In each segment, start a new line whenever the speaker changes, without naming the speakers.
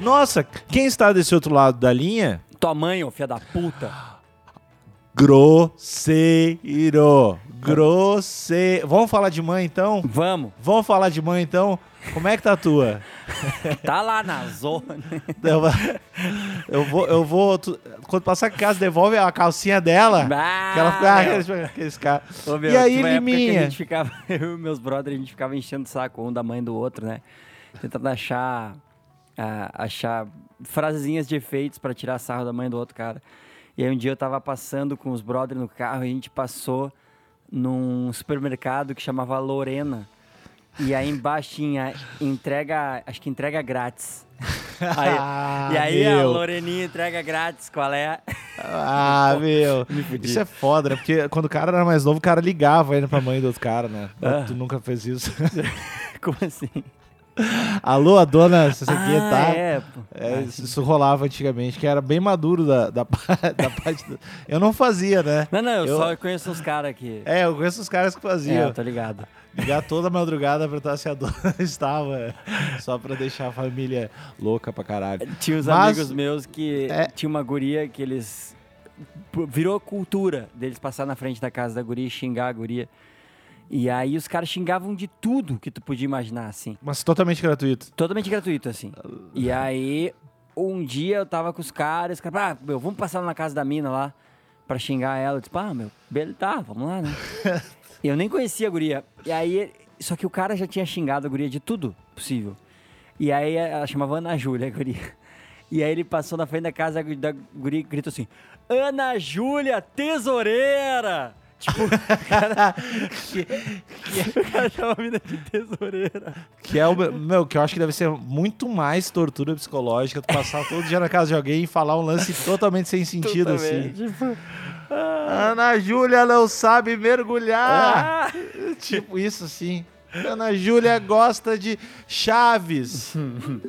Nossa, quem está desse outro lado da linha?
Tua mãe, ô filha da puta.
Grosseiro. Grosseiro. Vamos falar de mãe então?
Vamos.
Vamos falar de mãe então? Como é que tá a tua?
Tá lá na zona.
Eu vou- Eu vou, eu vou. tu- quando passar em casa, devolve a calcinha dela.
Ah,
que ela fica.
meu.
Ah, aqueles caras.
Ô, meu,
E aí,
tinha uma época que A
Liminha?
gente ficava, eu e meus brothers, a gente ficava enchendo o saco um da mãe do outro, né? Tentando achar, ah, achar frasezinhas de efeitos pra tirar sarro da mãe do outro cara. E aí um dia eu tava passando com os brothers no carro e a gente passou num supermercado que chamava Lorena. E aí embaixo tinha entrega, acho que entrega grátis. Aí-
Ah,
e aí a
meu.
Loreninha entrega grátis, qual é?
Ah, meu.
fudi.
Isso é foda, né? Porque quando o cara era mais novo, o cara ligava ainda pra mãe do outro cara, né?
Ah.
Tu nunca fez isso.
Como assim?
Alô, a dona, se você quer, tá?
é, pô.
É, isso isso rolava antigamente, que era bem maduro da, da, pa- da parte. do- Eu não fazia, né?
Não, não, eu,
Eu-
só conheço os caras aqui.
É, eu conheço os caras que
É, eu
faziam.
tô ligado.
Ligar toda madrugada pra estar se a dona estava. é, Só pra deixar a família louca pra caralho.
Tinha uns
Mas-
amigos meus que
É.
tinha uma guria que eles. p- Virou cultura deles passar na frente da casa da guria e xingar a guria. E aí os caras xingavam de tudo que tu podia imaginar, assim.
Mas totalmente gratuito.
Totalmente gratuito, assim.
Ah.
E aí, um dia eu tava com os caras, os caras, ah, meu, vamos passar lá na casa da mina lá pra xingar ela. Eu disse, ah, meu, beleza, tá, vamos lá, né? E eu nem conhecia a guria. E aí, só que o cara já tinha xingado a guria de tudo possível. E aí ela chamava Ana Júlia, a guria. E aí ele passou na frente da casa da gu- da guria e gritou assim: Ana Júlia, tesoureira! Tipo, o cara, o cara chama a mina de tesoureira.
Que é o meu- meu, que eu acho que deve ser muito mais tortura psicológica tu passar todo dia na casa de alguém e falar um lance totalmente sem sentido, assim.
Totalmente. Tipo,
Ana Júlia não sabe mergulhar!
ah!
Tipo isso, assim. Ana Júlia gosta de Chaves.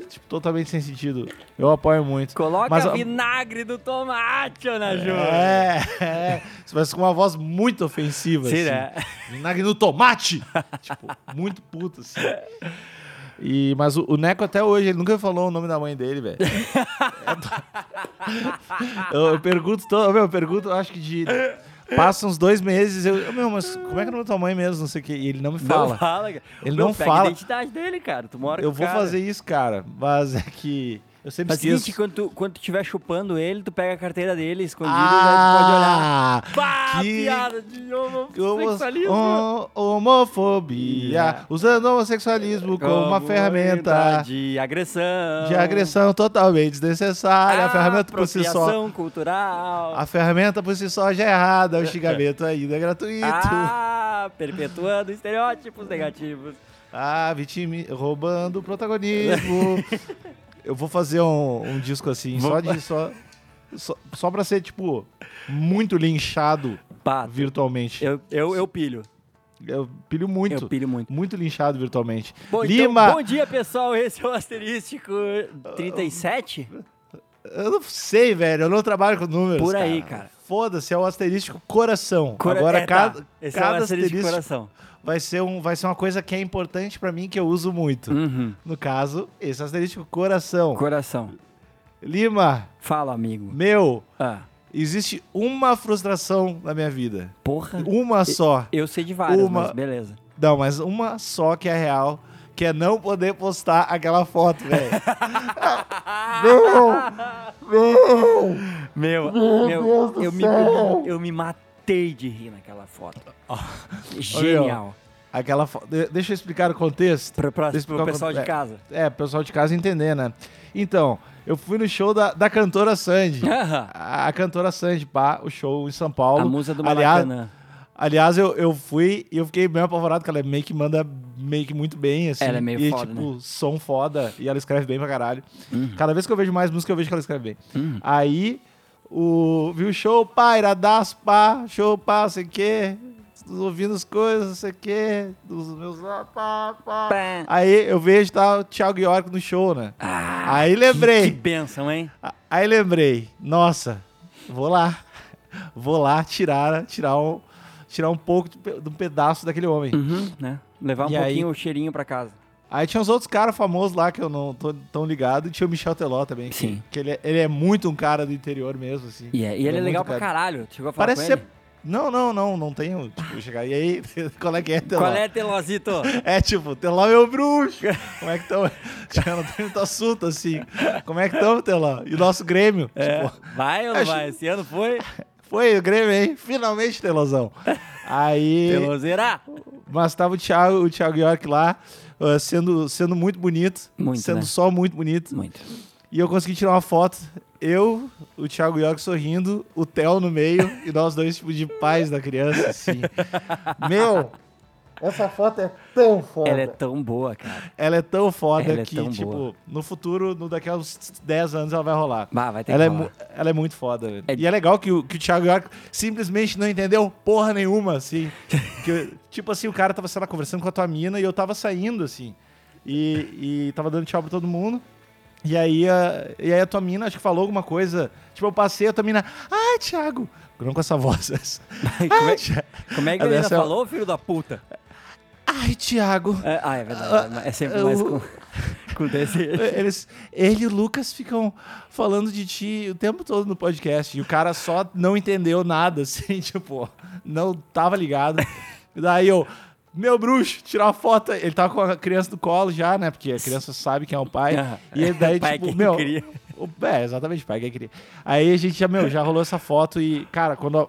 tipo, totalmente sem sentido. Eu apoio muito.
Coloca
Mas, a-
vinagre do tomate, Ana Júlia.
É, é. Você faz com uma voz muito ofensiva,
Sim,
assim.
né?
Vinagre no tomate! tipo, muito puto, assim. E, mas o, o Neco até hoje, ele nunca falou o nome da mãe dele, velho. eu, eu pergunto, todo, meu, eu pergunto, acho que de... Passa uns dois meses, eu... Meu, mas como é que é o nome da tua mãe mesmo? Não sei o quê. E ele não me fala.
Não fala, cara.
Ele
Meu,
não
pega
fala.
a identidade dele, cara. Tu mora
Eu
com o
vou
cara.
fazer isso, cara. Mas é que. Eu sempre
Mas é o
esqueço.
seguinte, quando tu, quando tu tiver chupando ele, tu pega a carteira dele escondida
ah,
e daí tu pode olhar. Pá,
que-
piada de
homos-
homossexualismo.
hom- homofobia.
Yeah.
Usando o
É,
homossexualismo como, uma ferramenta
De agressão.
de agressão totalmente desnecessária. a ferramenta por si
Ah,
só.
apropriação cultural.
A ferramenta por si só já é errada. O xingamento ainda é gratuito. Ah,
Ah, perpetuando estereótipos negativos.
Ah, vitime roubando o protagonismo. Eu vou fazer um, um disco assim, só de. Só, só, só pra ser, tipo, muito linchado.
Pá,
virtualmente. Eu,
eu, eu, eu pilho.
pilho muito.
Eu pilho muito.
Muito linchado virtualmente.
Bom, então,
Lima!
bom dia, pessoal. Esse é o Asterístico 37.
Eu não sei, velho. Eu não trabalho com números.
Por aí, cara.
Foda-se, é o asterístico coração.
Cora-
Agora,
é, tá.
cada,
Esse é
cada
o
asterístico,
Asterístico Coração.
vai, ser um, vai ser uma coisa que é importante pra mim, que eu uso muito.
Uhum.
No caso, esse asterístico coração.
Coração.
Lima,
Fala, amigo.
meu,
Ah,
existe uma frustração na minha vida.
porra.
Uma só.
Eu sei de várias,
Um- Uma-
mas beleza.
Não, mas uma só que é real, que é não poder postar aquela foto, velho. não! Não!
Meu, meu,
Deus do
eu, me,
céu.
eu, eu me matei de rir naquela foto. Genial.
Aquela foto. de- Deixa eu explicar o contexto.
Pro, pra,
Deixa eu
pro
explicar o
pessoal
conte-
de casa.
É, pro pessoal de casa entender, né? Então, eu fui no show da, da cantora Sandy.
Aham.
A, a cantora Sandy, pá, o show em São
Ah. A
Paulo.
musa do
Aliás,
Maracanã.
Aliás, eu, eu fui e eu fiquei meio apavorado, que ela é meio que manda meio que muito bem, assim.
Ela é meio
e,
foda, Uhum.
tipo, som foda. E ela escreve bem pra caralho. Cada vez que eu vejo mais música, eu vejo que ela escreve bem. Aí, o, vi o show, pá, iradaço, pá, show, pá, não sei o quê. Ouvindo as coisas, não sei o quê. Dos meus... ah, Pá, pá.
Pá.
Aí, eu vejo, tá, o Thiago York no show, né?
Ah,
Aí, lembrei.
que benção, hein?
A- Aí lembrei, nossa, vou lá, vou lá tirar, tirar um, tirar um pouco de, pe- de um pedaço daquele homem.
Uhum, né? Levar um
E aí-
pouquinho o cheirinho pra casa.
Aí tinha uns outros caras famosos lá que eu não tô tão ligado. E tinha o Michel Teló também. que-
Sim.
Que ele, é- ele é muito um cara do interior mesmo, assim.
E, é- e ele é
muito
legal pra
cara.
caralho. Chegou a falar
Parece
com
ser.
ele?
Não, não, não, não tenho. Tipo, chegar. E aí, qual é que é, Teló?
Qual é, Telozito?
É tipo, Teló meu bruxo. Como é que estão? Já não tem muito assunto assim. Como é que estão, Teló? E o nosso Grêmio?
É,
Tipo,
vai ou não
acho-
vai? Esse ano foi?
foi o Grêmio, hein? Finalmente, Telozão. Aí.
Telozeira!
Mas tava o Thiago, o Thiago York lá, ah, sendo, sendo muito bonito.
Muito,
sendo
né?
só muito bonito.
Muito.
E eu consegui tirar uma foto. Eu, o Thiago York sorrindo, o Theo no meio e nós dois, tipo, de paz da criança, assim. Meu, essa foto é tão foda.
Ela é tão boa, cara.
Ela é tão foda
Ela é
que,
tão
tipo,
boa.
no futuro, no, daqui a uns 10 anos, ela vai rolar.
Bah, vai ter
ela,
que
é
rolar.
mu- ela é muito foda, velho.
É-
E é legal que o, que o Thiago York simplesmente não entendeu porra nenhuma, assim. Que eu- tipo assim, o cara tava, sei lá, conversando com a tua mina e eu tava saindo, assim. E, e tava dando tchau pra todo mundo. E aí, a, e aí a tua mina, acho que falou alguma coisa. Tipo, eu passei, a tua mina... Ai, Thiago! Não com essa voz. essa.
Como é,
Ai, Thi-
como é que ele ainda
Essa é-
falou, filho da puta?
Ai, Thiago!
É, ah, é verdade. É sempre mais com, com desejo.
Eles, ele e o Lucas ficam falando de ti o tempo todo no podcast. E o cara só não entendeu nada, assim, tipo, não tava ligado. E daí eu, meu bruxo, tirar uma foto. Ele tava com a criança do colo já, né? Porque a criança sabe quem é o pai.
Aham.
E ele daí,
Pai
tipo,
quem
meu.
cria.
o- É, exatamente, pai quem queria. Aí a gente já, meu, já rolou essa foto e, cara, quando a-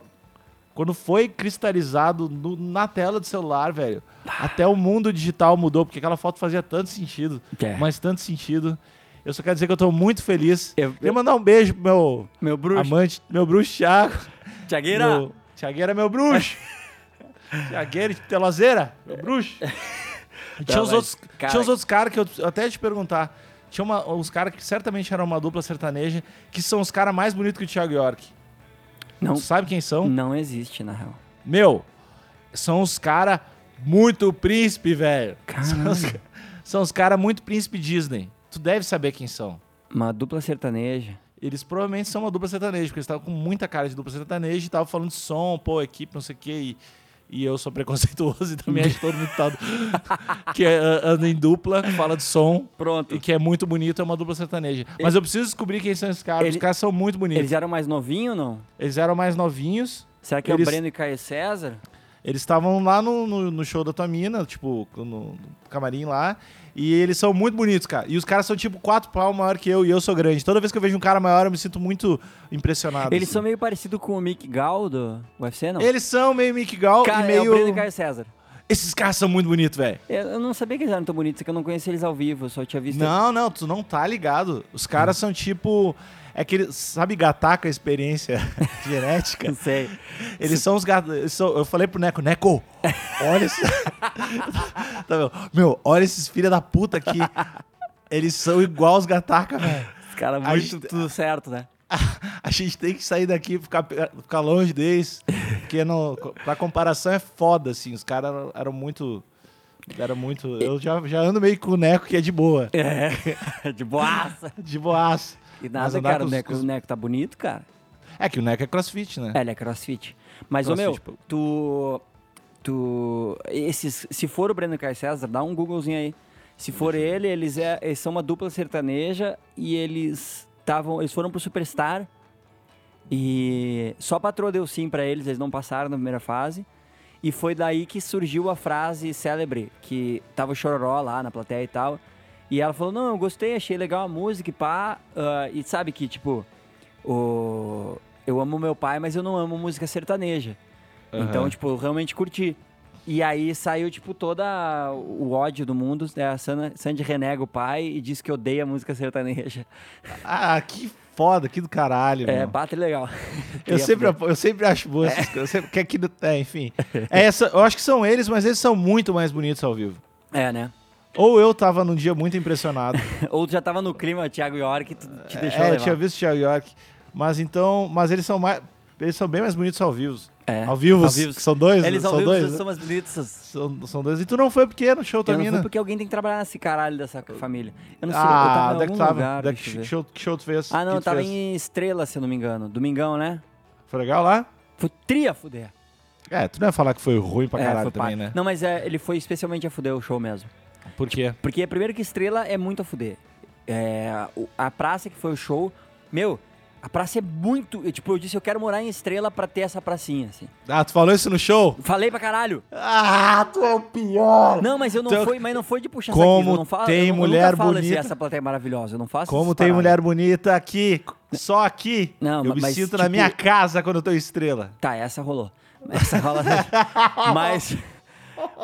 quando foi cristalizado no- na tela do celular, velho, até o mundo digital mudou, porque aquela foto fazia tanto sentido,
É.
mas tanto sentido. Eu só quero dizer que eu tô muito feliz.
Eu-
Queria mandar um beijo pro meu
Meu bruxo.
amante, meu bruxo Thiago.
Tiagueira!
Meu, Thiagueira é meu bruxo. Thiagueira de Telozeira, meu bruxo.
Tá,
tinha, uns
mas,
outros,
cara-
tinha uns outros caras que eu eu até ia te perguntar. Tinha uma, uns caras que certamente eram uma dupla sertaneja, que são os caras mais bonitos que o Thiago York.
Não,
Tu sabe quem são?
não existe, na real.
Meu, são os caras muito príncipe, velho. São os,
Caralho.
são os caras muito príncipe Disney. Tu deve saber quem são.
Uma dupla sertaneja.
Eles provavelmente são uma dupla sertaneja, porque eles estavam com muita cara de dupla sertaneja e estavam falando de som, pô, equipe, não sei o quê. E, e eu sou preconceituoso e também acho todo mundo que tá- que é, ah, anda em dupla, que fala de som.
Pronto.
E que é muito bonito, é uma dupla sertaneja. Mas eu preciso descobrir quem são esses caras.
Ele-
Os caras são muito bonitos.
Eles eram mais novinhos ou não?
eles eram mais novinhos.
Será que
Eles-
é o Breno e Caio César?
Eles estavam lá no, no, no show da tua mina, tipo, no, no camarim lá. E eles são muito bonitos, cara. E os caras são tipo quatro pau maior que eu e eu sou grande. Toda vez que eu vejo um cara maior, eu me sinto muito impressionado.
Eles
assim.
são meio parecidos com o Mick Gal do UFC, não?
Eles são meio Mick Gal
Cara,
e
é o Breno e
é meio.
Caio César.
Esses caras são muito bonitos, velho.
Eu, eu não sabia que eles eram tão bonitos, é que eu não conhecia eles ao vivo, eu só tinha visto...
Não, não, tu não tá ligado. Os caras são tipo. É que eles. Sabe, gataca experiência genética?
Não sei.
Eles são os gatos. eles são- Eu falei pro Neco, Neco, olha esse. Tá, meu? Meu, olha esses filha da puta aqui. Eles são igual os gataca, velho.
Os caras
A
muito
gente-
tudo certo, né?
A gente tem que sair daqui, ficar, pe- ficar longe deles. Porque não, pra comparação é foda, assim. Os caras eram- eram muito. Era muito. Eu já, já ando meio com o Neco, que é de boa.
É, de boaça.
De boaça.
E
Mas
nada,
andar
cara,
com
o
os-
Neco,
os-
o Neco tá bonito, cara.
É que o Neco é crossfit, né?
É, ele é crossfit. Mas, ô
Crossfit,
meu,
pô.
tu. Tu. Esses, se for o Breno Caio César, dá um Googlezinho aí. Se for ele, eles, é, eles são uma dupla sertaneja e eles estavam. Eles foram pro Superstar. E só a patroa deu sim pra eles, eles não passaram na primeira fase. E foi daí que surgiu a frase célebre, que tava o Chororó lá na plateia e tal. E ela falou, não, eu gostei, achei legal a música e pá. ah, e sabe que, tipo, o... eu amo meu pai, mas eu não amo música sertaneja.
Aham.
Então, tipo, eu realmente curti. E aí saiu, tipo, toda o ódio do mundo. Né? A Sana- Sandy renega o pai e diz que odeia música sertaneja.
Ah, que foda, que do caralho,
É,
mano.
bate legal.
Eu sempre, apo- eu sempre acho boa essas coisas. sempre- que aqui, é, enfim. É essa, eu acho que são eles, mas eles são muito mais bonitos ao vivo.
É, né?
Ou eu tava num dia muito impressionado.
Ou tu já tava no clima, Thiago York, e tu te deixou
é, eu
levar.
tinha visto o Thiago York. Mas então. Mas eles são mais. Eles são bem mais bonitos ao vivo.
É,
Ao vivo,
ao vivo.
que são dois?
Eles
são
ao vivo
dois.
eles
né?
são as bonitas.
São, são dois. E tu não foi porque no
Eu
show,
não
Tamina?
fui porque alguém tem um que trabalhar nesse caralho dessa família. Eu não sei, eu
Ah,
tava em
onde é que
algum
tava?
lugar,
Onde é
deixa eu
que,
ver.
show, que show tu fez?
Ah, não,
que
eu
tu
tava
fez?
em Estrela, se eu não me engano. Domingão, né?
Foi legal lá?
Foi tria a fuder.
É, tu não ia falar que foi ruim pra
É,
caralho
foi
também,
pá.
né?
Não, mas é, ele foi especialmente a fuder o show mesmo.
Por quê?
Porque primeiro que estrela é muito a fuder. É, o- a praça que foi o show, meu, a praça é muito. eu, tipo, eu disse, eu quero morar em estrela pra ter essa pracinha, assim.
Ah, tu falou isso no show?
Falei pra caralho.
Ah, tu é o pior!
Não, mas eu não
Então,
fui, mas não foi de puxar
como
saquismo, eu não falo,
tem
eu, não- eu
mulher
nunca falo esse-
bonita.
essa plateia é maravilhosa, eu não faço
Como
essas
tem
paradas.
mulher bonita aqui, só aqui.
né? Não,
eu me
mas,
sinto na
tipo-
minha casa quando eu tô estrela.
Tá, essa rolou. Essa rola. mas.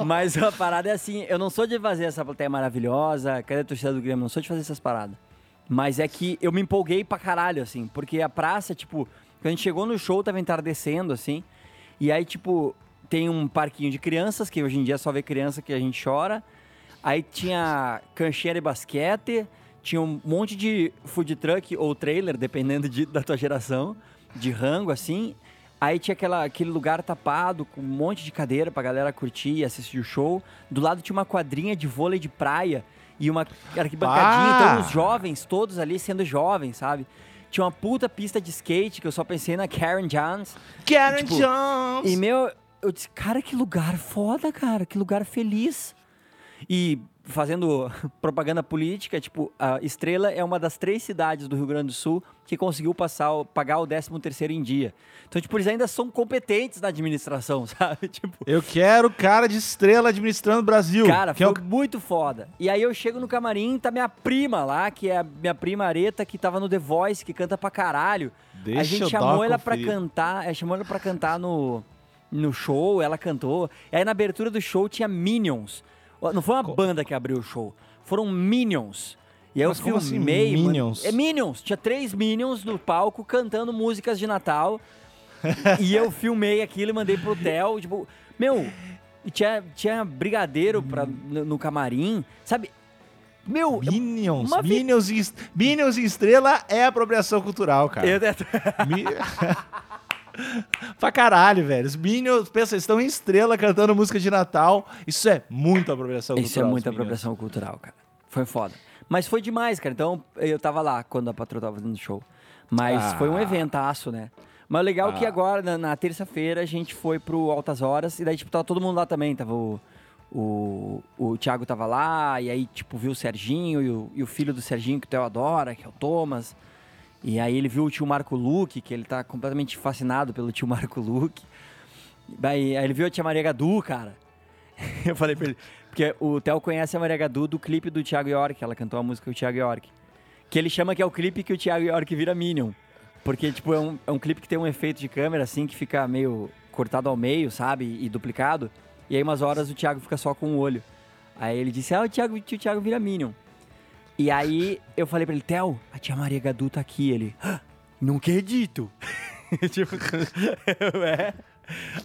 Mas a parada é assim, eu não sou de fazer essa plateia maravilhosa, cadê a torcida do Grêmio? Não sou de fazer essas paradas. Mas é que eu me empolguei pra caralho, assim, porque a praça, tipo, quando a gente chegou no show, tava entardecendo, assim, e aí, tipo, tem um parquinho de crianças, que hoje em dia é só vê criança que a gente chora. Aí tinha cancheira e basquete, tinha um monte de food truck ou trailer, dependendo de- da tua geração, de rango, assim. Aí tinha aquela, aquele lugar tapado com um monte de cadeira pra galera curtir e assistir o show. Do lado tinha uma quadrinha de vôlei de praia e uma arquibancadinha.
Ah!
Então os jovens, todos ali sendo jovens, sabe? Tinha uma puta pista de skate que eu só pensei na Karen Jones.
Karen
Tipo,
Jones!
E meu, eu disse, cara, que lugar foda, cara, que lugar feliz. E fazendo propaganda política, tipo, a Estrela é uma das três cidades do Rio Grande do Sul que conseguiu passar, o- pagar o 13 terceiro em dia. Então, tipo, eles ainda são competentes na administração, sabe? Tipo,
Eu quero cara de estrela administrando o Brasil.
Cara,
que
foi
é o...
muito foda. E aí eu chego no camarim, tá minha prima lá, que é a minha prima Areta, que tava no The Voice, que canta pra caralho.
Deixa
a
eu
gente
dar
chamou
uma
ela pra
conferida.
cantar, é, chamou ela pra cantar no, no show, ela cantou. E aí na abertura do show tinha Minions. Ó, Não foi uma banda que abriu o show, foram Minions. E aí
Mas como
eu
assim,
filmei. mano-
Minions?
É Minions, tinha três Minions no palco cantando músicas de Natal. E eu filmei aquilo e mandei pro Theo, tipo, meu, e tinha, tinha brigadeiro pra, no, no camarim, sabe? Meu, eu-
é Minions.
Uma vi-
Minions, e est- Minions e estrela é apropriação cultural, cara.
eu,
Mi- pra caralho, velho. Os Minions, pensa, eles estão em estrela cantando música de Natal. Isso é muita apropriação
isso é
cultural.
muita
os Minions.
apropriação cultural, cara. Foi foda. Mas foi demais, cara. Então, eu tava lá quando a patroa tava fazendo show. Mas
Ah.
foi um eventaço, né? Mas o legal é que
Ah.
agora, na, na terça-feira, a gente foi pro Altas Horas. E daí, tipo, tava todo mundo lá também. Tava o, o, o Thiago tava lá. E aí, tipo, viu o Serginho e o, e o filho do Serginho, que o Theo adora, que é o Thomas. E aí ele viu o tio Marco Luque, que ele tá completamente fascinado pelo tio Marco Luque. Daí aí ele viu a tia Maria Gadu, cara. Eu falei pra ele. Porque o Theo conhece a Maria Gadu do clipe do Thiago York. Ela cantou a música do Thiago York. Que ele chama que é o clipe que o Thiago York vira Minion. Porque, tipo, é um, é um clipe que tem um efeito de câmera, assim, que fica meio cortado ao meio, sabe? E duplicado. E aí, umas horas, o Thiago fica só com o olho. Aí ele disse, ah, o Thiago, o Thiago vira Minion. E aí, eu falei pra ele, Theo, a tia Maria Gadu tá aqui. Ele, "Ah, não acredito. tipo, eu, é.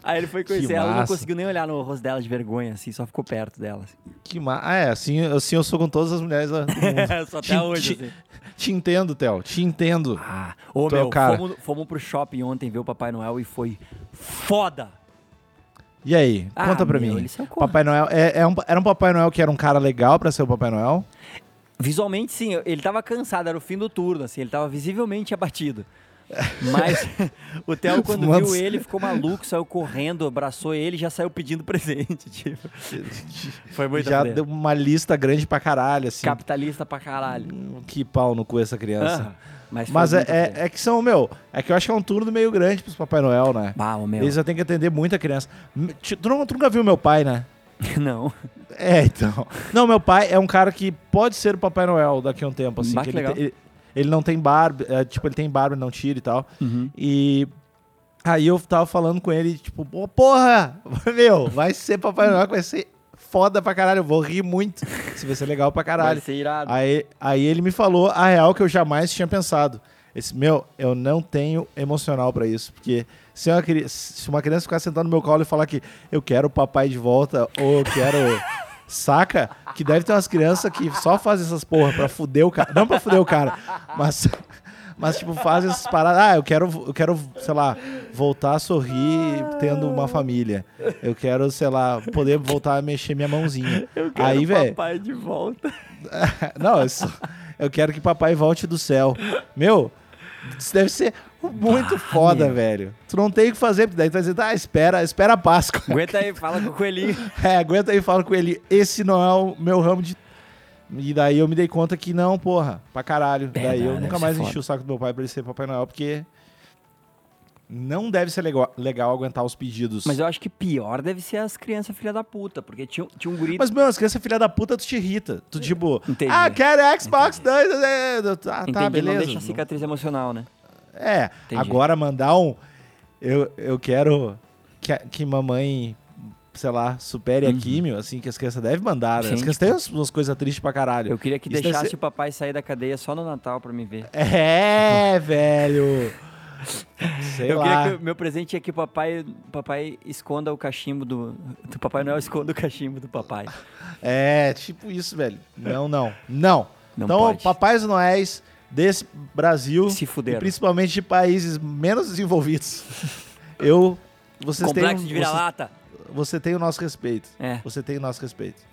Aí ele foi conhecer ela, não
massa.
conseguiu nem olhar no rosto dela de vergonha, assim, só ficou perto dela. assim.
Que ma... Ah, é, assim, assim eu sou com todas as mulheres do mundo.
só até
Te-
hoje,
te-
assim.
Te entendo, Theo. Te entendo.
Ah, ô
Tu é o
meu,
cara.
fomos, fomos pro shopping ontem ver o Papai Noel e foi foda.
E aí,
Ah,
conta pra
meu,
mim.
ele se ocorre.
Papai Noel. é- é um- era um Papai Noel que era um cara legal pra ser o Papai Noel?
Visualmente, sim, ele tava cansado, era o fim do turno, assim, ele tava visivelmente abatido. Mas o Theo, quando
Fumando-
viu ele, ficou maluco, saiu correndo, abraçou ele e já saiu pedindo presente. Tipo. Foi muito
Já deu uma lista grande pra caralho, assim.
Capitalista pra caralho.
Hum, Que pau no cu essa criança.
Aham. Mas, foi
Mas é,
muito
é-
feio.
é que são, meu, é que eu acho que é um turno meio grande pros Papai Noel, né?
Bah, ô, meu.
Eles já têm que atender muita criança. M- ti- Tu, não- tu nunca viu meu pai, né?
Não.
É, então. Não, meu pai é um cara que pode ser o Papai Noel daqui a um tempo, assim.
Bah,
que
que
ele,
legal.
te- ele, ele não tem barba, é, tipo, ele tem barba, ele não tira e tal.
Uhum.
E aí eu tava falando com ele, tipo, "Ô, porra, meu, vai ser Papai Noel, que vai ser foda pra caralho, eu vou rir muito. Isso vai ser legal pra
Vai
caralho.
ser irado.
Aí, aí ele me falou a real que eu jamais tinha pensado. Esse meu, eu não tenho emocional pra isso, porque se uma, cri- se uma criança ficar sentada no meu colo e falar que eu quero o papai de volta ou eu quero saca, que deve ter umas crianças que só fazem essas porra pra fuder o cara, não pra fuder o cara, mas mas tipo fazem essas paradas, ah, eu quero eu quero, sei lá, voltar a sorrir tendo uma família. Eu quero, sei lá, poder voltar a mexer minha mãozinha. aí, velho,
Papai de volta.
não, eu, só- eu quero que papai volte do céu. Meu, Isso deve ser
Ah,
muito foda, velho. Tu não tem o que fazer, porque daí tu vai dizer, ah, espera, espera a Páscoa.
Aguenta aí, fala com o coelhinho.
É, aguenta aí e fala com ele, esse não é o meu ramo de. E daí eu me dei conta que não, porra, pra caralho.
É,
daí
não,
eu
deve
nunca
ser
mais
foda.
enchi o saco do meu pai pra ele ser Papai Noel, porque não deve ser legal, legal aguentar os pedidos.
Mas eu acho que pior deve ser as crianças filha da puta, porque tinha, tinha um guri...
Mas, meu, as crianças filha da puta, tu te irrita. Tu, tipo,
Entendi.
ah, quero Xbox 2. é, é, é, Ah, tá,
Entendi,
beleza.
não deixa a cicatriz emocional, né?
É,
Entendi.
agora mandar um. Eu, eu quero que, a- que mamãe, sei lá, supere a químio, assim, que as crianças devem mandar. Né?
Uhum. Sim, tipo
As crianças têm umas, umas coisas tristes pra caralho.
Eu queria que
É. Isso deve
deixasse
ser-
o papai sair da cadeia só no Natal pra me ver.
É, velho. Sei
eu
lá.
queria que o meu presente é que o papai, o papai esconda o cachimbo do... do Papai Noel esconda o cachimbo do papai.
É, tipo isso, velho. Não, não. Não.
Não
então,
pode.
papais noéis desse Brasil,
Se
e
fuderam.
principalmente de países menos desenvolvidos, eu... Vocês têm, um-
Complexo de
você,
vira-lata.
você tem o nosso respeito.
É.
Você tem o nosso respeito.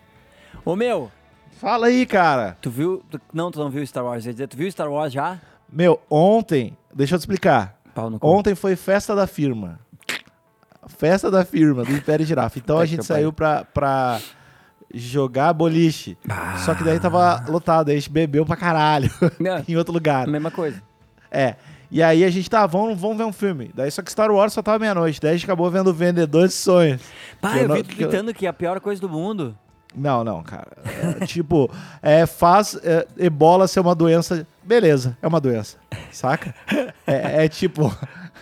Ô, meu,
Fala aí, cara.
tu viu... tu- Não, tu não viu Star Wars. eu ia dizer, Tu viu Star Wars já?
Meu, ontem, deixa eu te explicar.
Pau no cu.
Ontem foi festa da firma. Festa da firma, do Império Girafa. Então a
Puta que
gente
pariu. Ah.
saiu pra, pra jogar boliche. Só que daí tava lotado, aí a gente bebeu pra caralho
Não,
em outro lugar.
mesma coisa.
É. E aí a gente tá, vamos, vamos ver um filme. Daí só que Star Wars só tava meia-noite. Daí a gente acabou vendo Vendedores de Sonhos.
Pá,
Que
eu,
não-
vi tu
que eu-
gritando que é a pior coisa do mundo.
Não, não, cara. É, tipo, é, faz é, ebola ser uma doença. Beleza, é uma doença. Saca? É, é tipo.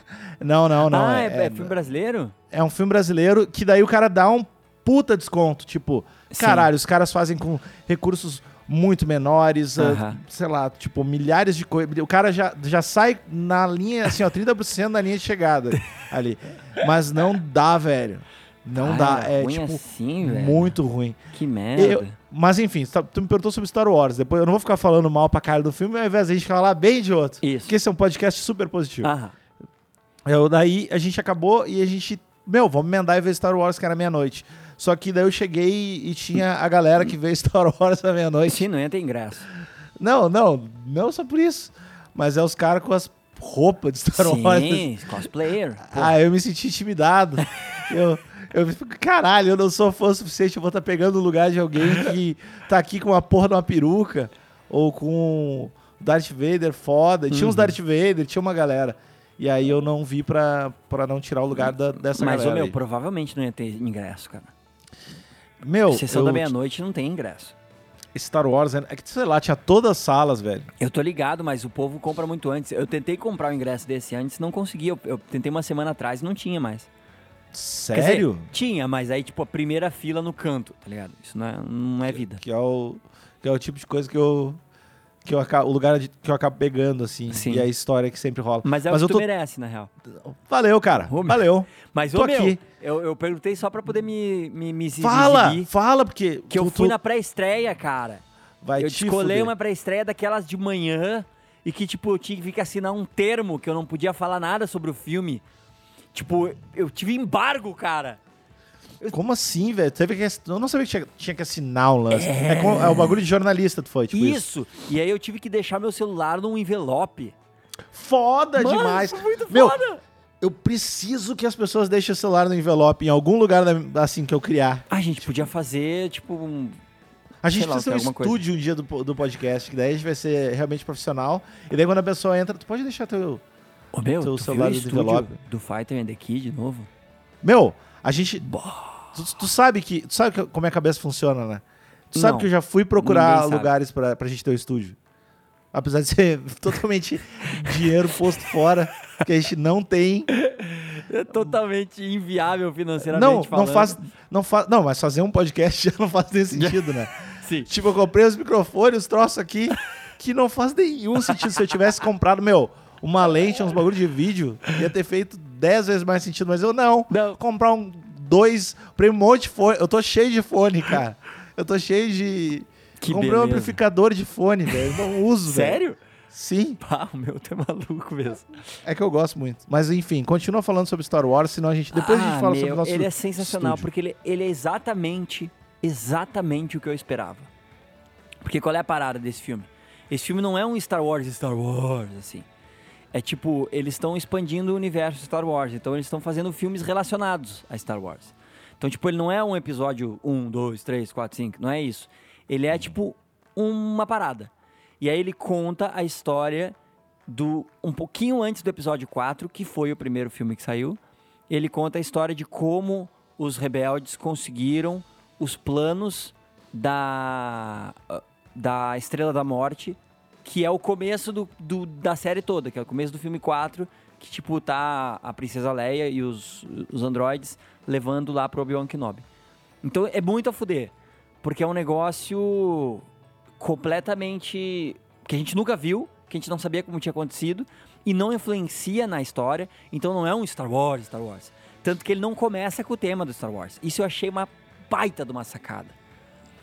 Não, não, não.
ah, é,
é,
é filme brasileiro?
é um filme brasileiro que daí o cara dá um puta desconto. Tipo,
Sim.
caralho, os caras fazem com recursos muito menores, ah,
Aham.
sei lá, tipo, milhares de coisas. O cara já, já sai na linha, assim, ó, 30% da linha de chegada ali. Mas não dá, velho. Não
Ah,
dá.
era
É,
ruim
tipo,
assim, velho.
muito ruim.
Que merda.
Eu- mas enfim, tu tá- tu me perguntou sobre Star Wars. Depois eu não vou ficar falando mal pra cara do filme, ao invés de a gente falar bem de outro.
Isso.
Porque esse é um podcast super positivo.
Ah,
Eu, daí a gente acabou e a gente. Meu, vamos emendar e ver Star Wars, que era meia-noite. Só que daí eu cheguei e, e tinha a galera que vê Star Wars à meia-noite.
sim, não entra ingresso.
Não, não, não só por isso. Mas é os caras com as roupas de Star Wars.
Sim, cosplayer. Pô,
Ah, eu me senti intimidado. eu, eu me fico, caralho, eu não sou fã o suficiente, eu vou estar pegando o lugar de alguém que tá aqui com uma porra de uma peruca ou com Darth Vader foda. Tinha
Uhum.
uns Darth Vader, tinha uma galera. E aí eu não vi pra, pra não tirar o lugar da- dessa
mas, ô,
galera.
meu,
aí.
provavelmente não ia ter ingresso, cara.
meu
Sessão
eu-
da meia-noite não tem ingresso.
Star Wars, é que sei lá, tinha todas as salas, velho.
Eu tô ligado, mas o povo compra muito antes. Eu tentei comprar o ingresso desse antes, não consegui. Eu, eu tentei uma semana atrás, não tinha mais. Quer dizer,
Sério?
tinha, mas aí, tipo, a primeira fila no canto, tá ligado? Isso não é, não é vida.
que é o que é o tipo de coisa que eu que eu acabo, o lugar de- que eu acabo pegando assim
Sim.
e a história que sempre rola.
Mas é o
eu
que tu
tô
merece, na real.
Valeu, cara.
Ô, meu.
Valeu.
Mas,
Tô
ô, meu,
aqui.
eu, eu perguntei só pra poder me, me, me exi-
Fala,
exibir.
fala, porque.
Que eu
tu-
fui
tu
na pré-estreia, cara.
Vai
eu
te
escolhi
fuder.
uma pré-estreia daquelas de manhã e que, tipo, eu tinha que assinar um termo que eu não podia falar nada sobre o filme. Tipo, eu tive embargo, cara.
Como assim, velho? Tu Teve que... ass- Eu não sabia que tinha, tinha que assinar um lance. É, como- é o bagulho de jornalista, tu foi, tipo isso.
isso. E aí eu tive que deixar meu celular num envelope.
Foda
Mano,
demais.
foi muito
Meu,
foda.
eu preciso que as pessoas deixem o celular no envelope em algum lugar da- assim que eu criar.
A gente podia fazer, tipo, um...
A gente
Sei lá,
precisa de um
alguma coisa.
estúdio um dia do, po- do podcast, que daí a gente vai ser realmente profissional. E daí quando a pessoa entra, tu pode deixar teu.
Ô, meu,
Seu
tu viu
celular
o
do
estúdio
envelope.
do Fighter and the Kid de novo?
Meu, a gente. Tu, tu sabe que. Tu sabe que- como minha cabeça funciona, né? Tu sabe
Não.
que eu já fui
Ninguém
procurar
sabe.
lugares pra, pra gente ter o estúdio. Apesar de ser totalmente dinheiro posto fora, que a gente não tem.
É totalmente inviável financeiramente
Não, não
falando.
faz, não faz. Não, mas fazer um podcast já não faz nem sentido, né?
Sim.
Tipo, eu comprei os microfones, os troços aqui, que não faz nenhum sentido. Se eu tivesse comprado, meu, uma lente, uns bagulho de vídeo, ia ter feito 10 vezes mais sentido, mas eu não.
Não.
Comprar um, dois, comprei um monte de fone. Eu tô cheio de fone, cara. Eu tô cheio de.
Que
comprei um
beleza.
amplificador de fone, velho. Eu Não uso, velho.
Sério?
Sim,
Pá, o meu tá maluco mesmo.
é que eu gosto muito. Mas enfim, continua falando sobre Star Wars, senão a gente. Depois a gente
Ah,
fala
meu,
sobre o nosso.
Ele é sensacional,
estúdio.
porque ele, ele é exatamente, exatamente o que eu esperava. Porque qual é a parada desse filme? Esse filme não é um Star Wars Star Wars, assim. É tipo, eles estão expandindo o universo Star Wars, então eles estão fazendo filmes relacionados a Star Wars. Então, tipo, ele não é um episódio 1, 2, 3, 4, 5, não é isso. Ele é, tipo, uma parada. E aí ele conta a história do. um pouquinho antes do episódio 4, que foi o primeiro filme que saiu. Ele conta a história de como os rebeldes conseguiram os planos da. ah, da Estrela da Morte que é o começo do, do, da série toda, que é o começo do filme 4, que, tipo, tá a princesa Leia e os, os androides levando lá pro Obi-Wan Kenobi. Então, é muito a fuder, porque é um negócio completamente... que a gente nunca viu, que a gente não sabia como tinha acontecido, e não influencia na história, então não é um Star Wars, Star Wars. Tanto que ele não começa com o tema do Star Wars. Isso eu achei uma baita de uma sacada.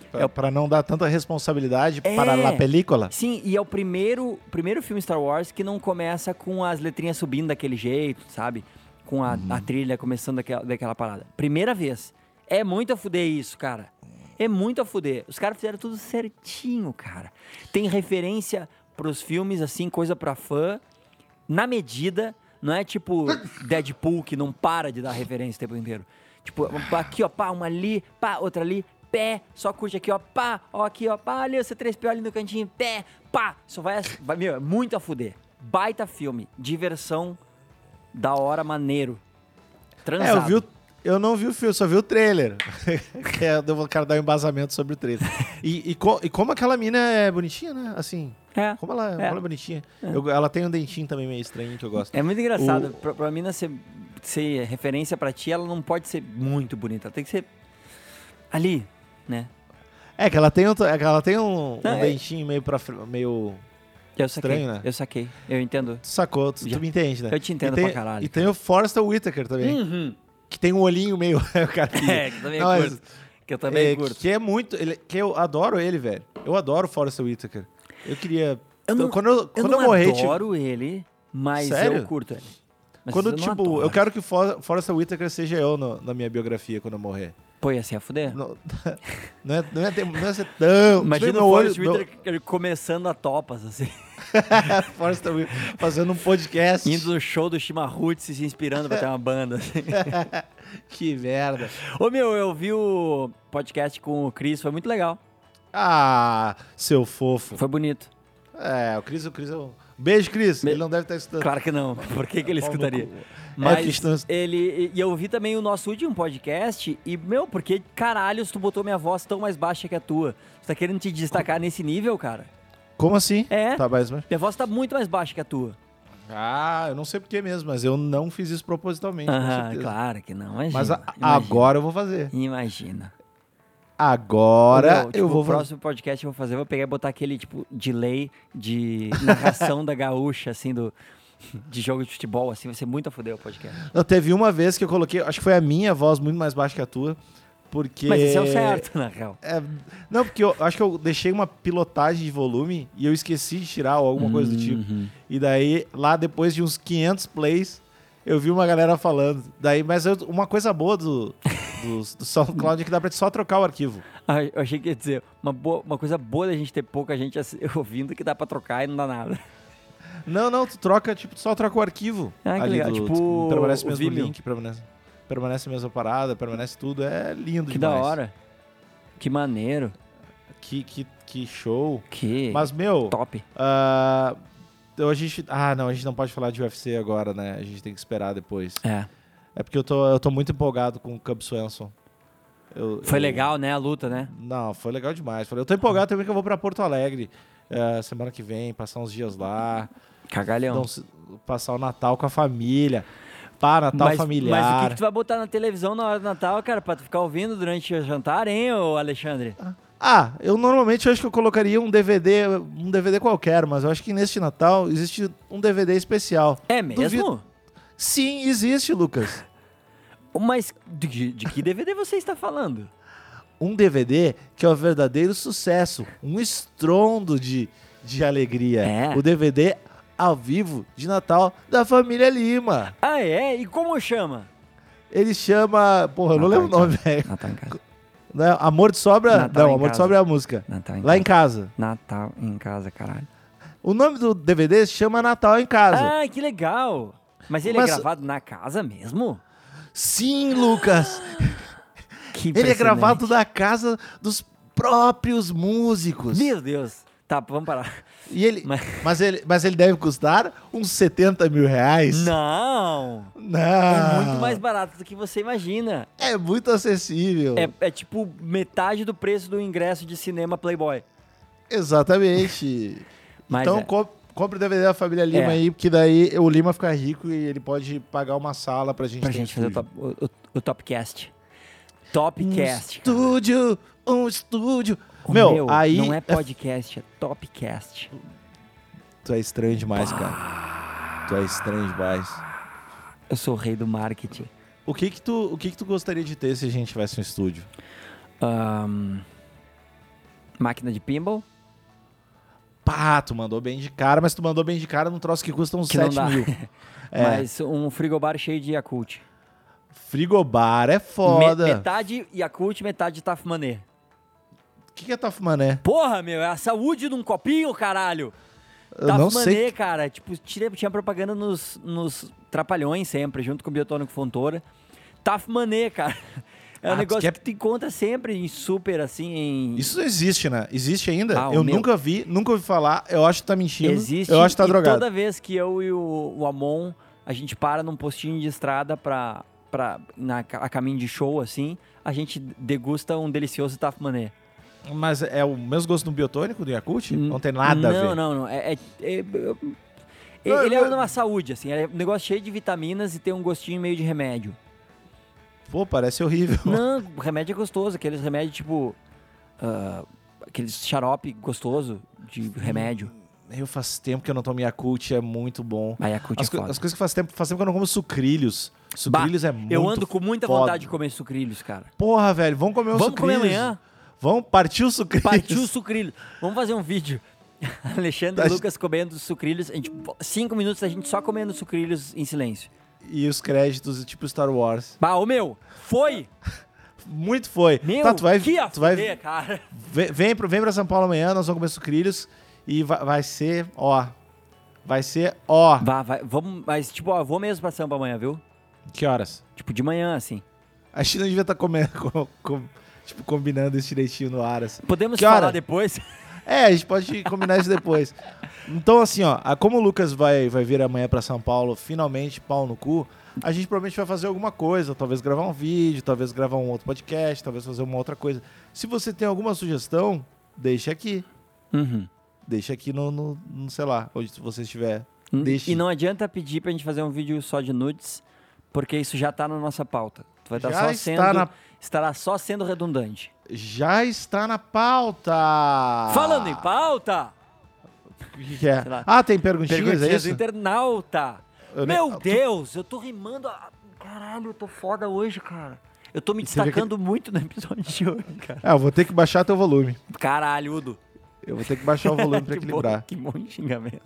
Pra, é para não dar tanta responsabilidade é, para a película.
Sim, e é o primeiro, primeiro filme Star Wars que não começa com as letrinhas subindo daquele jeito, sabe? Com a, uhum. a trilha começando daquela, daquela parada. Primeira vez. É muito a fuder isso, cara. É muito a fuder. Os caras fizeram tudo certinho, cara. Tem referência pros filmes, assim, coisa pra fã, na medida. Não é tipo Deadpool que não para de dar referência o tempo inteiro. Tipo, aqui, ó, pá, uma ali, pá, outra ali, pé, só curte aqui, ó, pá, ó, aqui, ó, pá, ali, o C3PO ali no cantinho, pé, pá, só vai, vai meu, é muito a fuder. Baita filme, diversão, da hora, maneiro. Transado.
É, eu, vi o, eu não vi o filme, só vi o trailer. é, eu quero dar um embasamento sobre o trailer. e, e, co, e, como aquela mina é bonitinha, né? Assim. É, como ela, é. Como ela é bonitinha. É. Eu, ela tem um dentinho também meio estranho que eu gosto.
É muito engraçado. O... Pra, pra mina ser, ser referência pra ti, ela não pode ser muito bonita. Ela tem que ser ali, né?
É que ela tem um, é ela tem um, não, um é... dentinho meio pra meio
eu
saquei, estranho, né?
Eu saquei, eu entendo.
Tu sacou, tu, tu me entende, né?
Eu te entendo
e tem,
pra caralho. Hum.
E cara. tem o Forrest Whitaker também, uhum. que tem um olhinho meio...
é, que também Não, curto. Que eu também
é,
curto.
Que é muito... Ele, que eu adoro ele, velho. Eu adoro o Forrest Whitaker. Eu queria... Eu não, quando eu, quando eu, eu morrer,
adoro tipo... ele, mas
Sério?
eu curto ele. Mas
quando, tipo, adoro. eu quero que o For, Forrest Whitaker seja eu no, na minha biografia quando eu morrer.
Pô, ia ser a fuder.
Não, tipo, não, é, não, é, ter, não ia ser tão.
Imagina o Forrest Whitaker começando a topas, assim.
Forrest fazendo um podcast.
Indo no show do Chimarruts se inspirando pra ter uma banda. Assim.
que merda.
Ô, meu, eu vi o podcast com o Cris, foi muito legal.
Ah, seu fofo.
Foi bonito.
É, o Cris, o Cris é um. Beijo, Cris. Ele não deve estar escutando.
Claro que não. Por que, que ele escutaria?
É
Mas ele. E eu vi também o nosso último podcast. E, meu, por que caralho tu botou minha voz tão mais baixa que a tua? Tu tá querendo te destacar nesse nível, cara?
Como assim?
É.
Tá mais baixo.
Minha voz tá muito mais baixa que a tua.
Ah, eu não sei porquê mesmo, mas eu não fiz isso propositalmente. Ah,
claro que não. Imagina,
mas
a,
imagina. agora eu vou fazer.
Imagina.
Agora
Meu,
tipo, eu vou.
O próximo podcast que eu vou fazer, eu vou pegar e botar aquele tipo delay de narração da gaúcha, assim, do. De jogo de futebol, assim, vai ser muito a fuder o podcast.
Não, teve uma vez que eu coloquei, acho que foi a minha voz muito mais baixa que a tua, porque.
Mas isso é o certo, na real.
É, não, porque eu acho que eu deixei uma pilotagem de volume e eu esqueci de tirar ou alguma coisa do tipo. Uhum. E daí, lá depois de uns 500 plays, eu vi uma galera falando. Daí, mas eu, uma coisa boa do, do, do SoundCloud é que dá pra só trocar o arquivo.
Ah, eu achei que ia dizer, uma, boa, uma coisa boa da gente ter pouca gente assim, ouvindo que dá pra trocar e não dá nada.
Não, não, tu troca, tipo, só troca o arquivo.
Ah, que
ali
legal.
Do,
tipo,
tu, permanece
o
mesmo
Vimeo.
link, permanece, permanece a mesma parada, permanece tudo. É lindo
Que
demais.
da hora. Que maneiro.
Que, que, que show.
Que
Mas, meu...
É. top.
Uh, a gente, ah, não, a gente não pode falar de UFC agora, né? A gente tem que esperar depois.
É.
É porque eu tô, eu tô muito empolgado com o Cub Swanson. Eu,
Foi
eu-
legal, né, a luta, né?
Não, foi legal demais. Falei, Eu tô empolgado também que eu vou pra Porto Alegre eh, semana que vem, passar uns dias lá,
Cagalhão.
dar um- passar o Natal com a família. Pá, Natal
mas,
tá familiar.
mas o que, que tu vai botar na televisão na hora do Natal, cara, pra tu ficar ouvindo durante o jantar, hein, ô Alexandre?
Ah, eu normalmente acho que eu colocaria um DVD, um DVD qualquer, mas eu acho que neste Natal existe um DVD especial.
É mesmo?
Duvido. Sim, existe, Lucas.
Mas de, de que DVD você está falando?
Um DVD que é o verdadeiro sucesso, um estrondo de, de alegria.
É.
O DVD ao vivo de Natal da família Lima.
Ah, é? E como chama?
Ele chama. Porra, eu não
Natal
lembro o nome,
em
velho.
Natal em casa.
Não é Amor de Sobra?
Natal
não,
em
Amor de
Casa.
Sobra é a música.
Natal em
Lá
casa.
em casa.
Natal em casa, caralho.
O- O nome do DVD se chama Natal em Casa.
Ah, que legal. Mas ele
Mas-
é gravado na casa mesmo?
Sim, Lucas.
Que
Ele
Ah.
é
impressionante.
gravado da casa dos próprios músicos.
Meu Deus. Tá, vamos parar.
E ele, mas...
Mas-
ele, mas ele deve custar uns 70 mil reais?
Não.
Não. Ah.
É muito mais barato do que você imagina.
É muito acessível.
É, é tipo metade do preço do ingresso de cinema Playboy.
Exatamente.
Mas
então
é.
co- compre o DVD da família Lima
É.
aí, porque daí o Lima fica rico e ele pode pagar uma sala pra gente
Pra
ter
gente
um
fazer o,
estúdio.
top, o, o, o Topcast.
Um
Topcast. cara.
estúdio, um estúdio.
O
Meu,
meu,
aí
Não é podcast, é Topcast.
Tu é estranho demais, cara. Tu é estranho demais.
Eu sou o rei do marketing.
O que que tu, o que que tu gostaria de ter se a gente tivesse um estúdio?
Ahn, máquina de pinball?
Pá, tu mandou bem de cara, mas tu mandou bem de cara num troço que custa uns
Que não
7
dá.
mil. É.
Mas um frigobar cheio de Yakult.
Frigobar é
Me-
foda.
metade Yakult, metade Tafmané.
O que, que é Tafumané?
Porra, meu, é a saúde num copinho, caralho.
Eu não
Tafmané,
sei.
cara, tipo, tinha, tinha propaganda nos, nos Trapalhões sempre, junto com o Biotônico Fontoura. Tafmané, cara. É um
Ah, tu
negócio
quer-
que tu encontra sempre em super, assim, em...
Isso existe, né? Existe ainda?
Ah, o
eu
meu-
nunca vi, nunca ouvi falar. Eu acho que tá mentindo.
Existe.
Eu acho que tá
e
drogado.
Toda vez que eu e o, o Amon, a gente para num postinho de estrada pra, pra, na, ca- a caminho de show, assim, a gente degusta um delicioso Tafmané.
Mas é o mesmo gosto do biotônico, do Yakult? Não tem nada a
Hum. Não,
ver.
não, não. É, é- é- eu-
Não,
ele é
eu-
uma saúde, assim. É um negócio cheio de vitaminas e tem um gostinho meio de remédio.
Pô, parece horrível.
Não, o remédio é gostoso. Aqueles remédios tipo... ah, aqueles xarope gostoso de remédio.
Eu faz tempo que eu não tomo Yakult, é muito bom.
Aí a cut é
As, co-
foda.
as coisas que faz tempo, faz tempo que eu não como é sucrilhos.
Bah,
Sucrilhos é muito
Eu ando com muita
foda.
vontade de comer sucrilhos, cara.
Porra, velho, vamos comer um
Vamos comer
sucrilhos.
amanhã?
Vamos partir o sucrilhos.
Partiu o sucrilho. Vamos fazer um vídeo. Alexandre
Tá-
e Lucas comendo sucrilhos. A gente, cinco minutos a gente só comendo sucrilhos em silêncio.
E os créditos, tipo Star Wars.
Bah, ô meu, foi!
Muito foi.
Meu,
tá, tu vai,
que a
tu vai,
fuder, cara.
Vem, vem, pro- vem pra São Paulo amanhã, nós vamos comer sucrilhos e vai, vai ser, ó. Vai ser, ó.
Bah, vai, vamos, mas tipo, ó, vou mesmo pra Sampa amanhã, viu?
Que horas?
Tipo, de manhã, assim.
A China devia tá estar comendo, com- com- tipo, combinando isso direitinho no ar, assim.
Podemos
Que hora?
falar depois?
É, a gente pode combinar isso depois. Então, assim, ó, a- como o Lucas vai, vai vir amanhã pra São Paulo, finalmente, pau no cu, a gente provavelmente vai fazer alguma coisa. Talvez gravar um vídeo, talvez gravar um outro podcast, talvez fazer uma outra coisa. Se você tem alguma sugestão, deixa aqui.
Uhum.
Deixa aqui no, no- no, sei lá, onde você estiver. Deixa.
Hum. E não adianta pedir pra gente fazer um vídeo só de nudes, porque isso já tá na nossa pauta. Tu vai estar
Já
só
está
sendo.
na-
Estará só sendo redundante.
Já está na pauta! Ah.
Falando em pauta!
O que, que é?
Sei lá.
Ah, tem perguntinhas, é
Perguntinhas do
isso?
internauta.
Eu nem- Ah,
Meu
Tu-
Deus, eu tô rimando. a- Caralho, eu tô foda hoje, cara. Eu tô me
Você vê que-
destacando muito no episódio de hoje, cara.
Ah, eu vou ter que baixar teu volume.
Caralho, Udo.
Eu vou ter que baixar o volume pra
Que bom-
equilibrar.
Que bom de xingamento.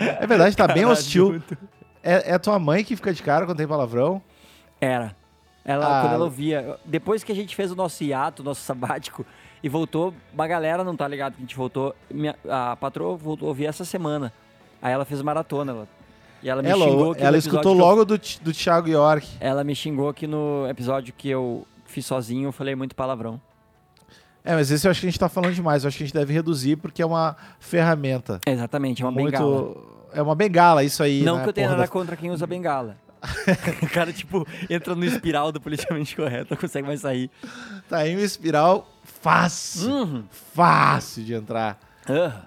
É verdade, tá bem
Caralho,
hostil.
Udo.
É, é tua mãe que fica de cara quando tem palavrão?
Era. Ela,
Ah.
quando ela ouvia. Depois que a gente fez o nosso hiato, o nosso sabático, e voltou, uma galera não tá ligado que a gente voltou. Minha- a patroa voltou a ouvir essa semana. Aí ela fez maratona. Ela, e ela me
ela
xingou aqui
É, ela
no episódio
escutou
que eu
logo do, Ti- do Thiago York.
Ela me xingou aqui no episódio que eu fiz sozinho, eu falei muito palavrão.
É, mas esse eu acho que a gente tá falando demais. Eu acho que a gente deve reduzir porque é uma ferramenta.
Exatamente, é uma
muito.
bengala.
É uma bengala, isso aí.
Não
né,
que eu tenha
porra
nada
da-
contra quem usa bengala. o cara, tipo, entra no espiral do politicamente correto, não consegue mais sair.
Tá em uma espiral fácil.
Uhum.
Fácil de entrar.
Ah.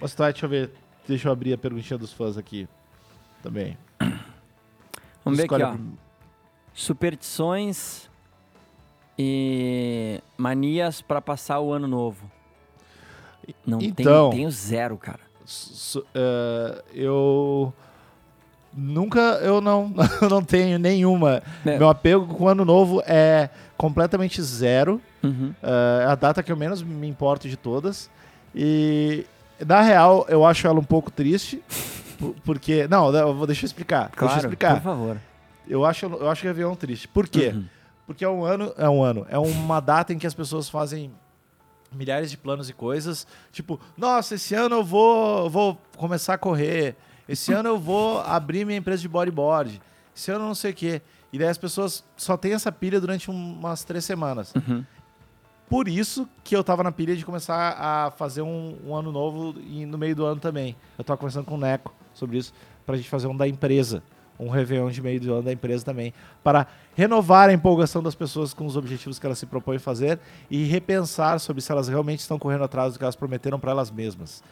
Mas tá, deixa eu ver. Deixa eu abrir a perguntinha dos fãs aqui. Também.
Vamos ver aqui,
Escolhe um. a
ó.
prim-
Superstições e manias pra passar o ano novo. Não
Então.
tem, tenho zero, cara.
Su- su- eh, eu. Nunca, eu não, eu não tenho nenhuma.
É.
Meu apego com o ano novo é completamente zero.
Uhum.
Eh, é a data que eu menos me importo de todas. E, na real, eu acho ela um pouco triste. por- Porque. Não, eu vou- deixa eu explicar.
Claro,
deixa eu explicar.
por favor.
Eu acho, eu acho Réveillon É triste. Por quê? Porque é um ano. É um ano. É uma data em que as pessoas fazem milhares de planos e coisas. Tipo, nossa, esse ano eu vou, vou começar a correr. Esse ano eu vou abrir minha empresa de bodyboard. Esse ano eu não sei o quê. E daí as pessoas só têm essa pilha durante um- umas três semanas. Por isso que eu tava na pilha de começar a fazer um, um ano novo e no meio do ano também. Eu tava conversando com o Neco sobre isso, pra gente fazer um da empresa. Um Réveillon de meio do ano da empresa também. Para renovar a empolgação das pessoas com os objetivos que elas se propõem fazer e repensar sobre se elas realmente estão correndo atrás do que elas prometeram para elas mesmas.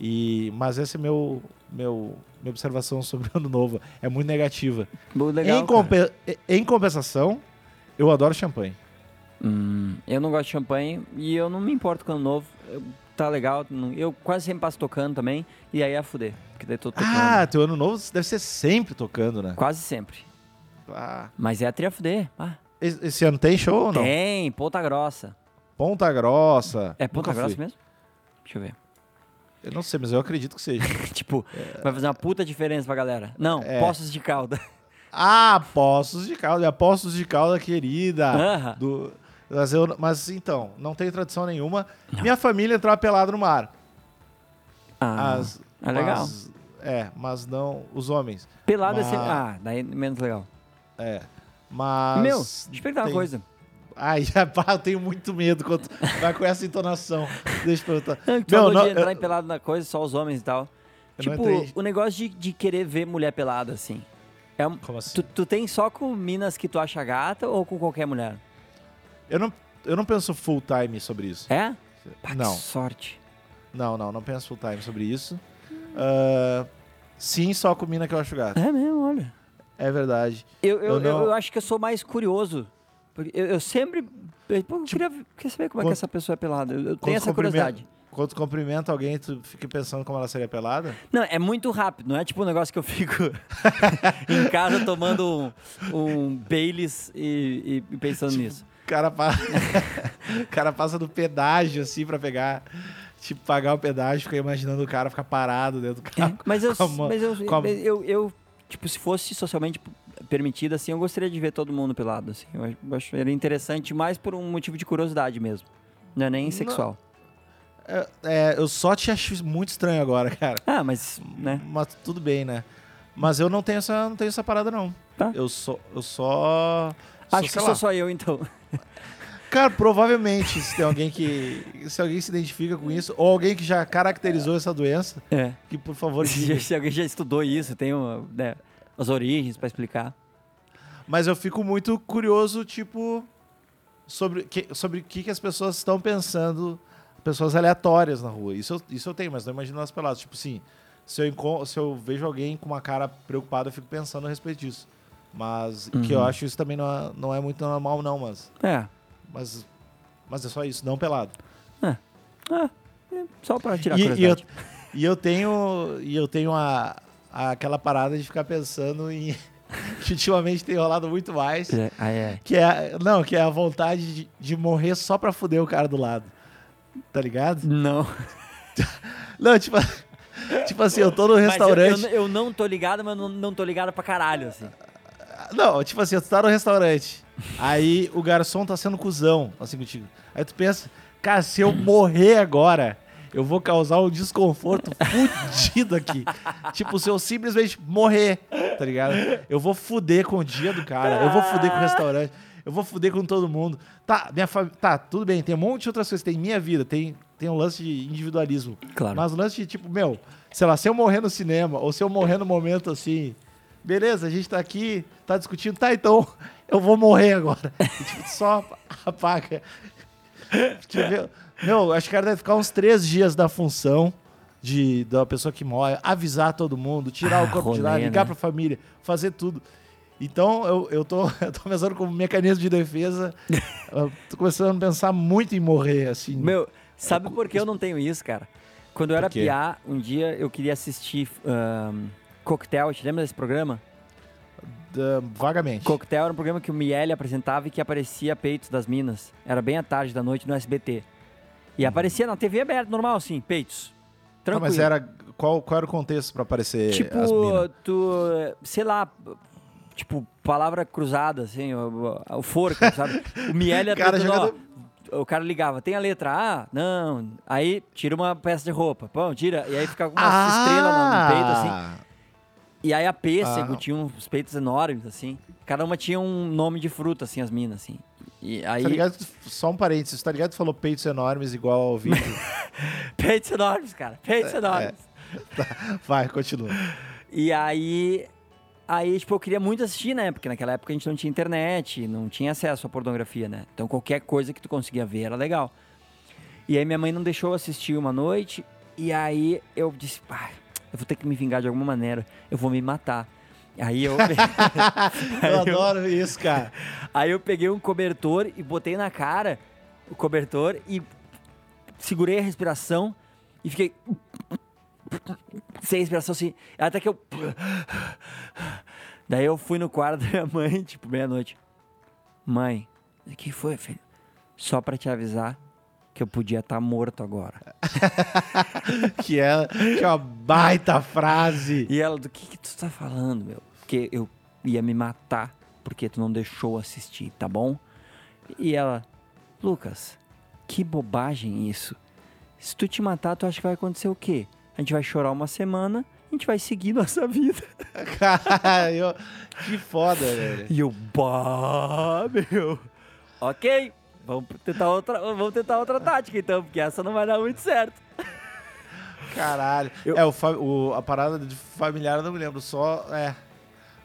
E, mas essa é meu, meu, minha observação sobre o ano novo. É muito negativa.
Bom, legal,
em, compe- em compensação, eu adoro champanhe.
Hum, eu não gosto de champanhe e eu não me importo com o ano novo. Eu- tá legal. não- eu quase sempre passo tocando também. E aí é fuder. Porque daí tô tocando.
Ah, teu ano novo deve ser sempre tocando, né?
Quase sempre.
Ah.
Mas é a tria fuder. Ah,
Esse esse ano tem show ou não?
tem, Ponta Grossa.
Ponta Grossa.
É Ponta
Nunca
Grossa
fui.
mesmo? Deixa eu ver.
Eu não sei, mas eu acredito que seja.
tipo, vai fazer uma puta diferença pra galera. Não,
É.
Poços de Calda.
ah, Poços de Calda. É Poços de Calda, querida.
Aham.
Do- mas, eu- mas, então, não tem tradição nenhuma. Minha família entrava pelada no mar.
Ah,
As-
é legal.
mas- é, mas não os homens.
pelada
mas-
é sempre... Ah, daí é menos legal.
É. Mas.
Meu, deixa eu te perguntar
tem-
uma coisa.
Ai, pá, eu tenho muito medo quando vai com essa entonação. Deixa eu perguntar.
Não, tu
Meu,
falou
não,
de entrar
eu-
em pelado na coisa, só os homens e tal.
Eu não
tipo,
entrei.
o negócio de, de querer ver mulher pelada, assim. É um-
Como assim?
tu, tu tem só com minas que tu acha gata ou com qualquer mulher?
Eu não, eu não penso full time sobre isso.
É? Pá,
Não.
Que sorte.
Não, não, não penso full time sobre isso. Ah, sim, só com mina que eu acho gato.
É mesmo, olha.
É verdade.
Eu, eu,
Eu não-
eu- eu acho que eu sou mais curioso. Porque eu, eu sempre. Eu,
Tipo,
pô, eu queria, queria saber como é que
quando-
essa pessoa é pelada. Eu, eu
Quando
tenho
tu
essa
cumprimen-
curiosidade.
Quando tu cumprimenta alguém, tu fica pensando como ela seria pelada?
Não, é muito rápido, não é tipo um negócio que eu fico em casa tomando um, um Baileys e, e pensando
Tipo,
nisso.
O cara, pa- o cara passa do pedágio, assim, pra pegar... Tipo, pagar o pedágio, fica imaginando o cara ficar parado dentro do carro.
Mas eu,
com a mão-
mas eu,
com a-
mas eu, eu, tipo, se fosse socialmente permitido, assim, eu gostaria de ver todo mundo pelado, assim. Eu acho- eu acho ele interessante, mais por um motivo de curiosidade mesmo. Não é nem sexual.
É, é, eu só te acho muito estranho agora, cara.
Ah, mas, né?
Mas tudo bem, né? Mas eu não tenho essa, não tenho essa parada, não.
Tá.
Eu só... Eu só... só,
Acho que
sei
sou
lá.
só eu, então.
Cara, provavelmente, se tem alguém que. Se alguém se identifica com isso, ou alguém que já caracterizou essa doença,
É.
que por favor
Se,
diga.
se alguém já estudou isso, tem uma, né, as origens pra explicar.
Mas eu fico muito curioso, tipo, sobre que- sobre o que, que as pessoas estão pensando, pessoas aleatórias na rua. Isso, eu- isso eu tenho, mas não imagino elas peladas. Tipo assim, se eu, encon- se eu vejo alguém com uma cara preocupada, eu fico pensando a respeito disso. Mas que
Uhum.
eu acho isso também não é, não é muito normal, não, mas.
É.
Mas, mas é só isso, não pelado.
Ah, é só pra tirar a
E, e eu,
curiosidade.
e eu tenho, e eu tenho a, a- aquela parada de ficar pensando em. que ultimamente tem rolado muito mais.
É, ah, é.
Que é, não, que é a vontade de, de morrer só pra fuder o cara do lado. Tá ligado?
Não.
Não, tipo. Tipo assim, eu tô no
Mas eu-
restaurante.
Eu, eu não tô ligado, mas não, não tô ligado pra caralho, assim.
Não, tipo assim, tu tá no restaurante. Aí o garçom tá sendo cuzão, assim contigo. Aí tu pensa, cara, se eu morrer agora, eu vou causar um desconforto fudido aqui. tipo, se eu simplesmente morrer, tá ligado? Eu vou fuder com o dia do cara, eu vou fuder com o restaurante, eu vou fuder com todo mundo. Tá, minha fam... tá, tudo bem, tem um monte de outras coisas, tem minha vida, tem, tem um lance de individualismo.
Claro.
Mas o lance de tipo, meu, sei lá, se eu morrer no cinema, ou se eu morrer no momento assim, beleza, a gente tá aqui, tá discutindo, tá, então eu vou morrer agora. E, tipo, só apaga. Tipo, meu, meu, acho que o cara deve ficar uns três dias da função de, da pessoa que morre, avisar todo mundo, tirar
Ah,
o corpo de lá,
rolê,
ligar
né?
pra família, fazer tudo. Então eu, eu, tô, eu tô pensando como mecanismo de defesa. eu tô começando a pensar muito em morrer, assim.
Meu, sabe por que eu não tenho isso, cara? Quando eu era
Por quê?
piá, um dia eu queria assistir ahn, Coquetel, te lembra desse programa?
da- vagamente.
Coquetel era um programa que o Miele apresentava e que aparecia peitos das minas. Era bem à tarde da noite no SBT. E aparecia na TV aberta, normal assim, peitos.
Ah,
Tranquilo.
mas era. Qual, qual era o contexto pra aparecer
Tipo,
É, as minas?
tu, sei lá, tipo, palavra cruzada, assim, o, o forca, sabe? O Miele
Cara
apresentando, ó,
jogando-
o cara ligava, tem a letra A? Não. Aí tira uma peça de roupa. Pão, tira. E aí fica com uma
Ah!
estrela no- no peito, assim. E aí a pêssego
Ah.
tinha uns peitos enormes, assim. Cada uma tinha um nome de fruta, assim, as minas, assim. E aí,
Tá ligado? que tu- Só um parênteses, tá ligado? que Tu falou peitos enormes igual ao vídeo.
peitos enormes, cara. Peitos
É,
enormes.
Vai, continua.
E aí. Aí, tipo, eu queria muito assistir, né? Porque naquela época a gente não tinha internet, não tinha acesso à pornografia, né? Então qualquer coisa que tu conseguia ver era legal. E aí minha mãe não deixou eu assistir uma noite, e aí eu disse, pá, eu vou ter que me vingar de alguma maneira, eu vou me matar. Aí eu,
Eu adoro isso, cara.
aí eu peguei um cobertor e botei na cara o cobertor e segurei a respiração e fiquei. Sem respiração assim. Até que eu. Daí eu fui no quarto da minha mãe, tipo, meia-noite. Mãe, o que foi, filho? Só pra te avisar que eu podia estar morto agora.
Que é, que é uma baita frase.
E ela, do que, que tu tá falando, meu? Porque eu ia me matar porque tu não deixou eu assistir, tá bom? E ela, Lucas, que bobagem isso. Se tu te matar, tu acha que vai acontecer o quê? A gente vai chorar uma semana, a gente vai seguir nossa vida.
Cara, eu- que foda, velho.
E eu, bah, meu. Ok, vamos tentar, outra, vamos tentar outra tática então, porque essa não vai dar muito certo.
Caralho.
Eu-
É, o, fa- o- a parada de familiar eu não me lembro, só. É.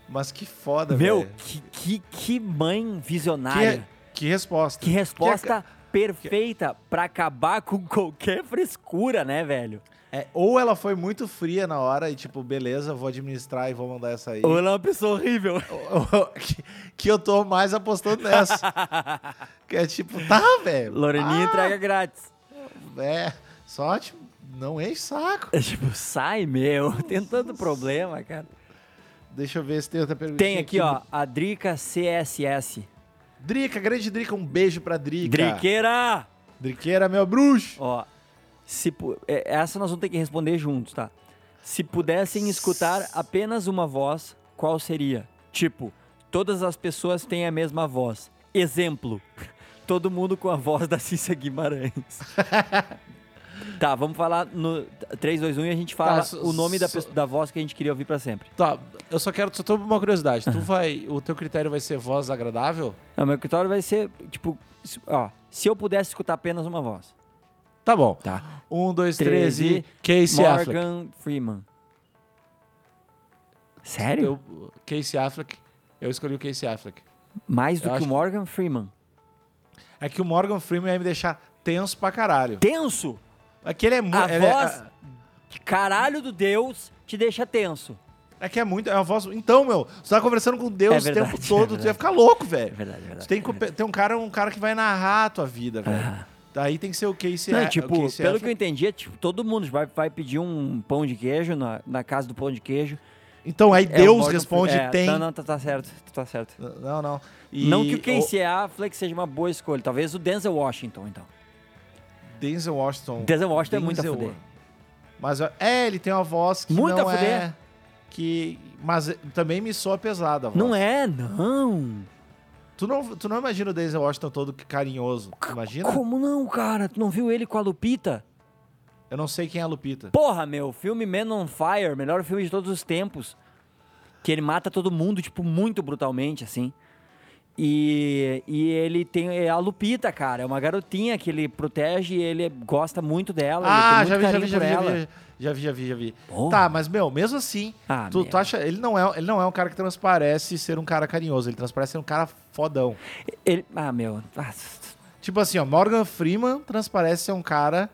Mas que foda,
Meu,
velho.
que, que, que mãe visionária.
Tá Que, é que resposta.
Que resposta perfeita pra acabar com qualquer frescura, né, velho?
É, ou ela foi muito fria na hora e, tipo, beleza, vou administrar e vou mandar essa aí.
Ou ela é uma pessoa horrível.
que, que eu tô mais apostando nessa. que é tipo, tá, velho.
Loreninha entrega grátis.
Ah, é, só, tipo, não enche o saco.
É tipo, sai, meu. Tem tanto problema, cara.
Deixa eu ver se tem outra pergunta. tipo,
Tem aqui, ó, a Drica CSS.
Drica, grande Drica, um beijo pra Drica.
Driqueira!
Driqueira, meu bruxo.
Ó, se pu- é, essa nós vamos ter que responder juntos, tá? Se pudessem escutar apenas uma voz, qual seria? Tipo, todas as pessoas têm a mesma voz. Exemplo, todo mundo com a voz da Cissa Guimarães. tá, vamos falar no 3, 2, 1 e a gente fala
Tá, so-
o nome da,
so-
pessoa- da voz que a gente queria ouvir pra sempre.
Tá, eu só quero, só tô com uma curiosidade. Tu vai, o teu critério vai ser voz agradável?
Não, meu critério vai ser, tipo, se- ó, se eu pudesse escutar apenas uma voz.
Tá bom.
Tá.
Um, dois, três
Treze,
e Casey Affleck.
Morgan Freeman. Sério?
Eu, Casey Affleck, eu escolhi o Casey Affleck.
Mais do
Eu
que
acho
o
que-
Morgan Freeman.
É que o Morgan Freeman ia me deixar tenso pra caralho.
Tenso!
É que ele é muito.
A voz de caralho do Deus te deixa tenso.
É, é que é muito. É uma voz. Então, meu, você tá conversando com Deus
É
o
verdade,
tempo todo,
é
tu ia ficar louco, velho.
É verdade, é verdade.
Tu tem, que tem um cara, um cara que vai narrar a tua vida, velho.
Aham.
Daí tem que ser o Casey
Não,
A- É, o
tipo, pelo
Casey
que eu
Affleck.
entendi, é, tipo, todo mundo vai, vai pedir um pão de queijo na, na casa do pão de queijo.
Então, aí
É, o
Deus
Morgan
responde,
Freeman- é,
tem.
Não, não, tá, tá certo, tá certo.
Não, não. E
não que o Casey Affleck seja uma boa escolha. Talvez o Denzel Washington, então.
o Denzel Washington.
Denzel Washington é muito a
Denzel-
fuder.
Mas ó, é, ele tem uma voz que
Muito
não
a fuder.
é que mas é- também me soa pesada, a voz.
Não é, não.
Tu não, tu não imagina o Denzel Washington todo carinhoso. Tu Imagina?
Como não, cara? Tu não viu ele com a Lupita?
Eu não sei quem é a Lupita.
Porra, meu, filme Men on Fire, melhor filme de todos os tempos. Que ele mata todo mundo, tipo, muito brutalmente, assim. E, e ele tem é a Lupita, cara. É uma garotinha que ele protege e ele gosta muito dela.
Ah,
ele
já
tem
vi,
muito
já vi, já vi,
carinho
já
por ela.
vi, já vi, já vi, já vi.
Porra.
Tá, mas meu, mesmo assim,
Ah,
tu,
meu.
tu acha, ele não é, ele não é um cara que transparece ser um cara carinhoso, ele transparece ser um cara fodão.
Ele- ah, meu. ah,
Tipo assim, ó, Morgan Freeman transparece ser um cara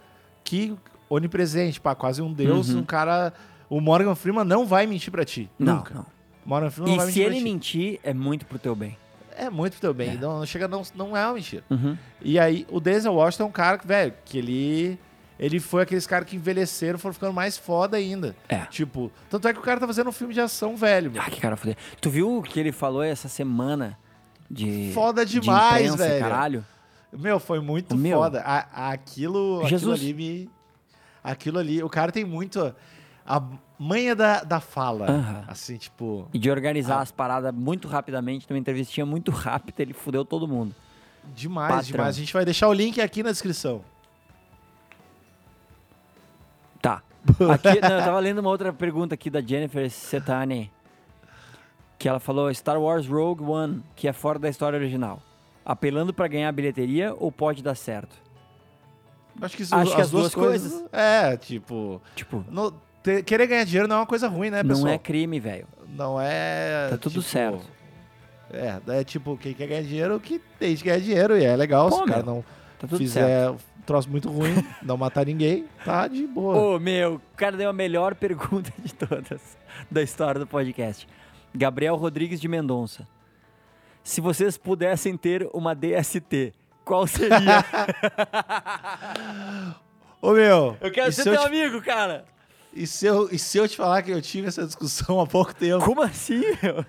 que onipresente, pá, quase um deus, um cara, o Morgan Freeman não vai mentir pra ti,
Uhum. não,
nunca.
não.
Morgan Freeman não
E
vai
se
mentir pra
ele
ti.
mentir, é muito pro teu bem.
É muito pro teu bem. Não, não chega, não, não é uma mentira.
Uhum.
E aí, o Denzel Washington é um cara que, velho, que ele. Ele foi aqueles caras que envelheceram, foram ficando mais foda ainda.
É.
Tipo, tanto é que o cara tá fazendo um filme de ação velho, meu.
Ah, que cara foder. Tu viu o que ele falou essa semana de.
Foda demais,
de imprensa,
velho.
caralho?
Meu, foi muito
Meu.
foda. A- aquilo, aquilo
Jesus.
ali me. Aquilo ali, o cara tem muito. A manha da, da fala.
Aham.
Assim, tipo.
E de organizar
Ah.
as paradas muito rapidamente, numa entrevistinha muito rápida, ele fudeu todo mundo.
Demais,
Patrão.
demais. A gente vai deixar o link aqui na descrição.
Tá. Aqui, não, eu tava lendo uma outra pergunta aqui da Jennifer Setani. Que ela falou Star Wars Rogue One, que é fora da história original. Apelando pra ganhar bilheteria ou pode dar certo?
Acho que, isso-
Acho que as duas coisas.
É, tipo.
Tipo,
no- ter- querer ganhar dinheiro não é uma coisa ruim, né, pessoal?
não é crime, velho.
Não é.
Tá tudo
tipo,
certo.
É, é tipo, quem quer ganhar dinheiro, que tem que ganhar dinheiro, e é legal.
Pô,
se o cara
meu,
não
Tá tudo certo.
fizer um troço muito ruim, não matar ninguém, tá de boa.
Ô, meu, o cara deu a melhor pergunta de todas da história do podcast. Gabriel Rodrigues de Mendonça. Se vocês pudessem ter uma DST, qual seria?
Ô meu,
eu quero
e,
ser
se eu
teu
te,
amigo, cara.
e, se eu, e se eu te falar que eu tive essa discussão há pouco tempo?
Como assim, meu?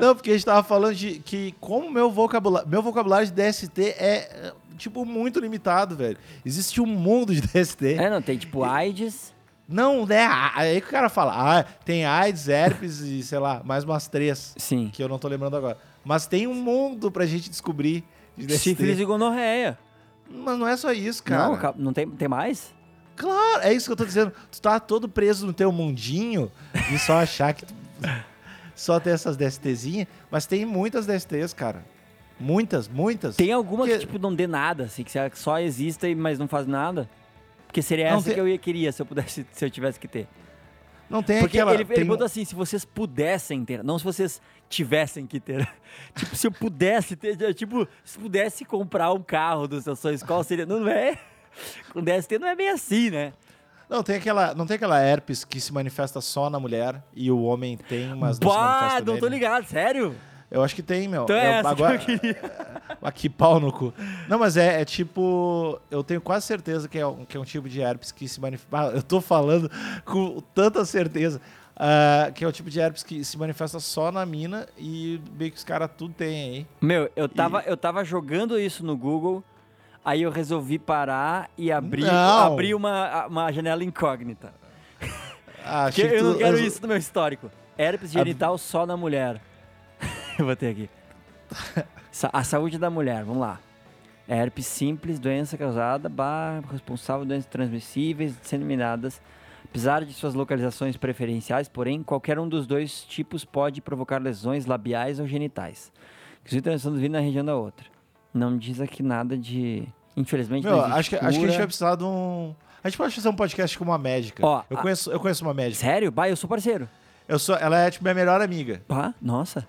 Não, porque a gente tava falando de que como meu vocabulário, meu vocabulário de DST é, é, tipo, muito limitado, velho. Existe um mundo de DST.
É, não, tem tipo AIDS.
Não, né? a- Aí que o cara fala, ah, tem AIDS, herpes e, sei lá, mais umas três,
Sim.
que eu não tô lembrando agora. Mas tem um mundo pra gente descobrir de DST.
Sífilis e gonorreia.
Mas não é só isso, cara.
Não, ca- não tem, tem mais?
Claro, é isso que eu tô dizendo. Tu tá todo preso no teu mundinho e só achar que tu- só tem essas DSTzinhas, mas tem muitas DSTs, cara. Muitas, muitas.
Tem alguma que,
Que-
tipo, não dê nada, assim, que só exista, e- mas não faz nada? Porque seria
Não,
essa
tem-
que eu ia queria se eu pudesse, se eu tivesse que ter.
Não tem
Porque
aquela.
É ele, ele
tem um-
botou assim, se vocês pudessem ter, não se vocês tivessem que ter. tipo, se eu pudesse ter, é, tipo, se pudesse comprar um carro dos seus sonhos, qual seria? Não é? Com DST não é bem assim, né?
Não, tem aquela. Não tem aquela herpes que se manifesta só na mulher e o homem tem, mas não se
Bah,
manifesta
não tô
nele.
ligado, sério?
Eu acho que tem, meu.
Então é
Eu-
essa
agora-
que né? eu queria.
Aqui, pau no cu. Não, mas é, é tipo. Eu tenho quase certeza que é um, que é um tipo de herpes que se manifesta. eu tô falando com tanta certeza. ah, que é o tipo de herpes que se manifesta só na mina e meio que os caras tudo tem aí.
Meu, eu tava, eu tava jogando isso no Google, aí eu resolvi parar e abrir,
Não.
abrir uma, uma janela incógnita.
Ah,
Porque
achei que
eu não
tu-
quero
eu-
isso no meu histórico. Herpes
Ab-
genital só na mulher. eu botei aqui. Sa- a saúde da mulher, vamos lá. Herpes simples, doença causada, barra, responsável por doenças transmissíveis disseminadas. Apesar de suas localizações preferenciais, porém, qualquer um dos dois tipos pode provocar lesões labiais ou genitais. Que são interessando vindo da região da outra. Não diz aqui nada de. Infelizmente,
Meu,
não existe
acho que, acho que a gente
cura.
vai precisar de um. A gente pode fazer um podcast com uma médica.
Ó,
eu,
a-
conheço, eu conheço uma médica.
Sério? Bah, eu sou parceiro.
Eu sou, ela é tipo minha melhor amiga.
Bah, nossa.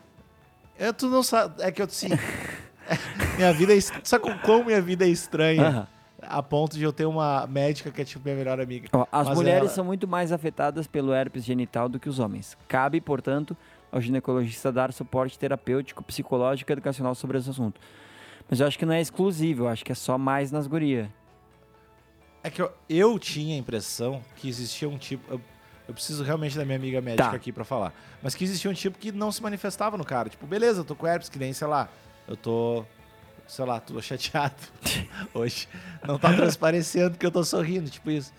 Eu, tu não sabe. É que eu assim. minha vida é. est- Sabe como minha vida é estranha?
Aham.
A ponto de eu ter uma médica que é tipo minha melhor amiga.
Ó, as
Mas
mulheres
ela-
são muito mais afetadas pelo herpes genital do que os homens. Cabe, portanto, ao ginecologista dar suporte terapêutico, psicológico e educacional sobre esse assunto. Mas eu acho que não é exclusivo, eu acho que é só mais nas gurias.
É que eu, eu tinha a impressão que existia um tipo. Eu, eu preciso realmente da minha amiga médica
Tá.
aqui pra falar. Mas que existia um tipo que não se manifestava no cara. Tipo, beleza, eu tô com herpes, que nem, sei lá, eu tô. Sei lá, tô chateado hoje. Não tá transparecendo porque eu tô sorrindo, tipo isso.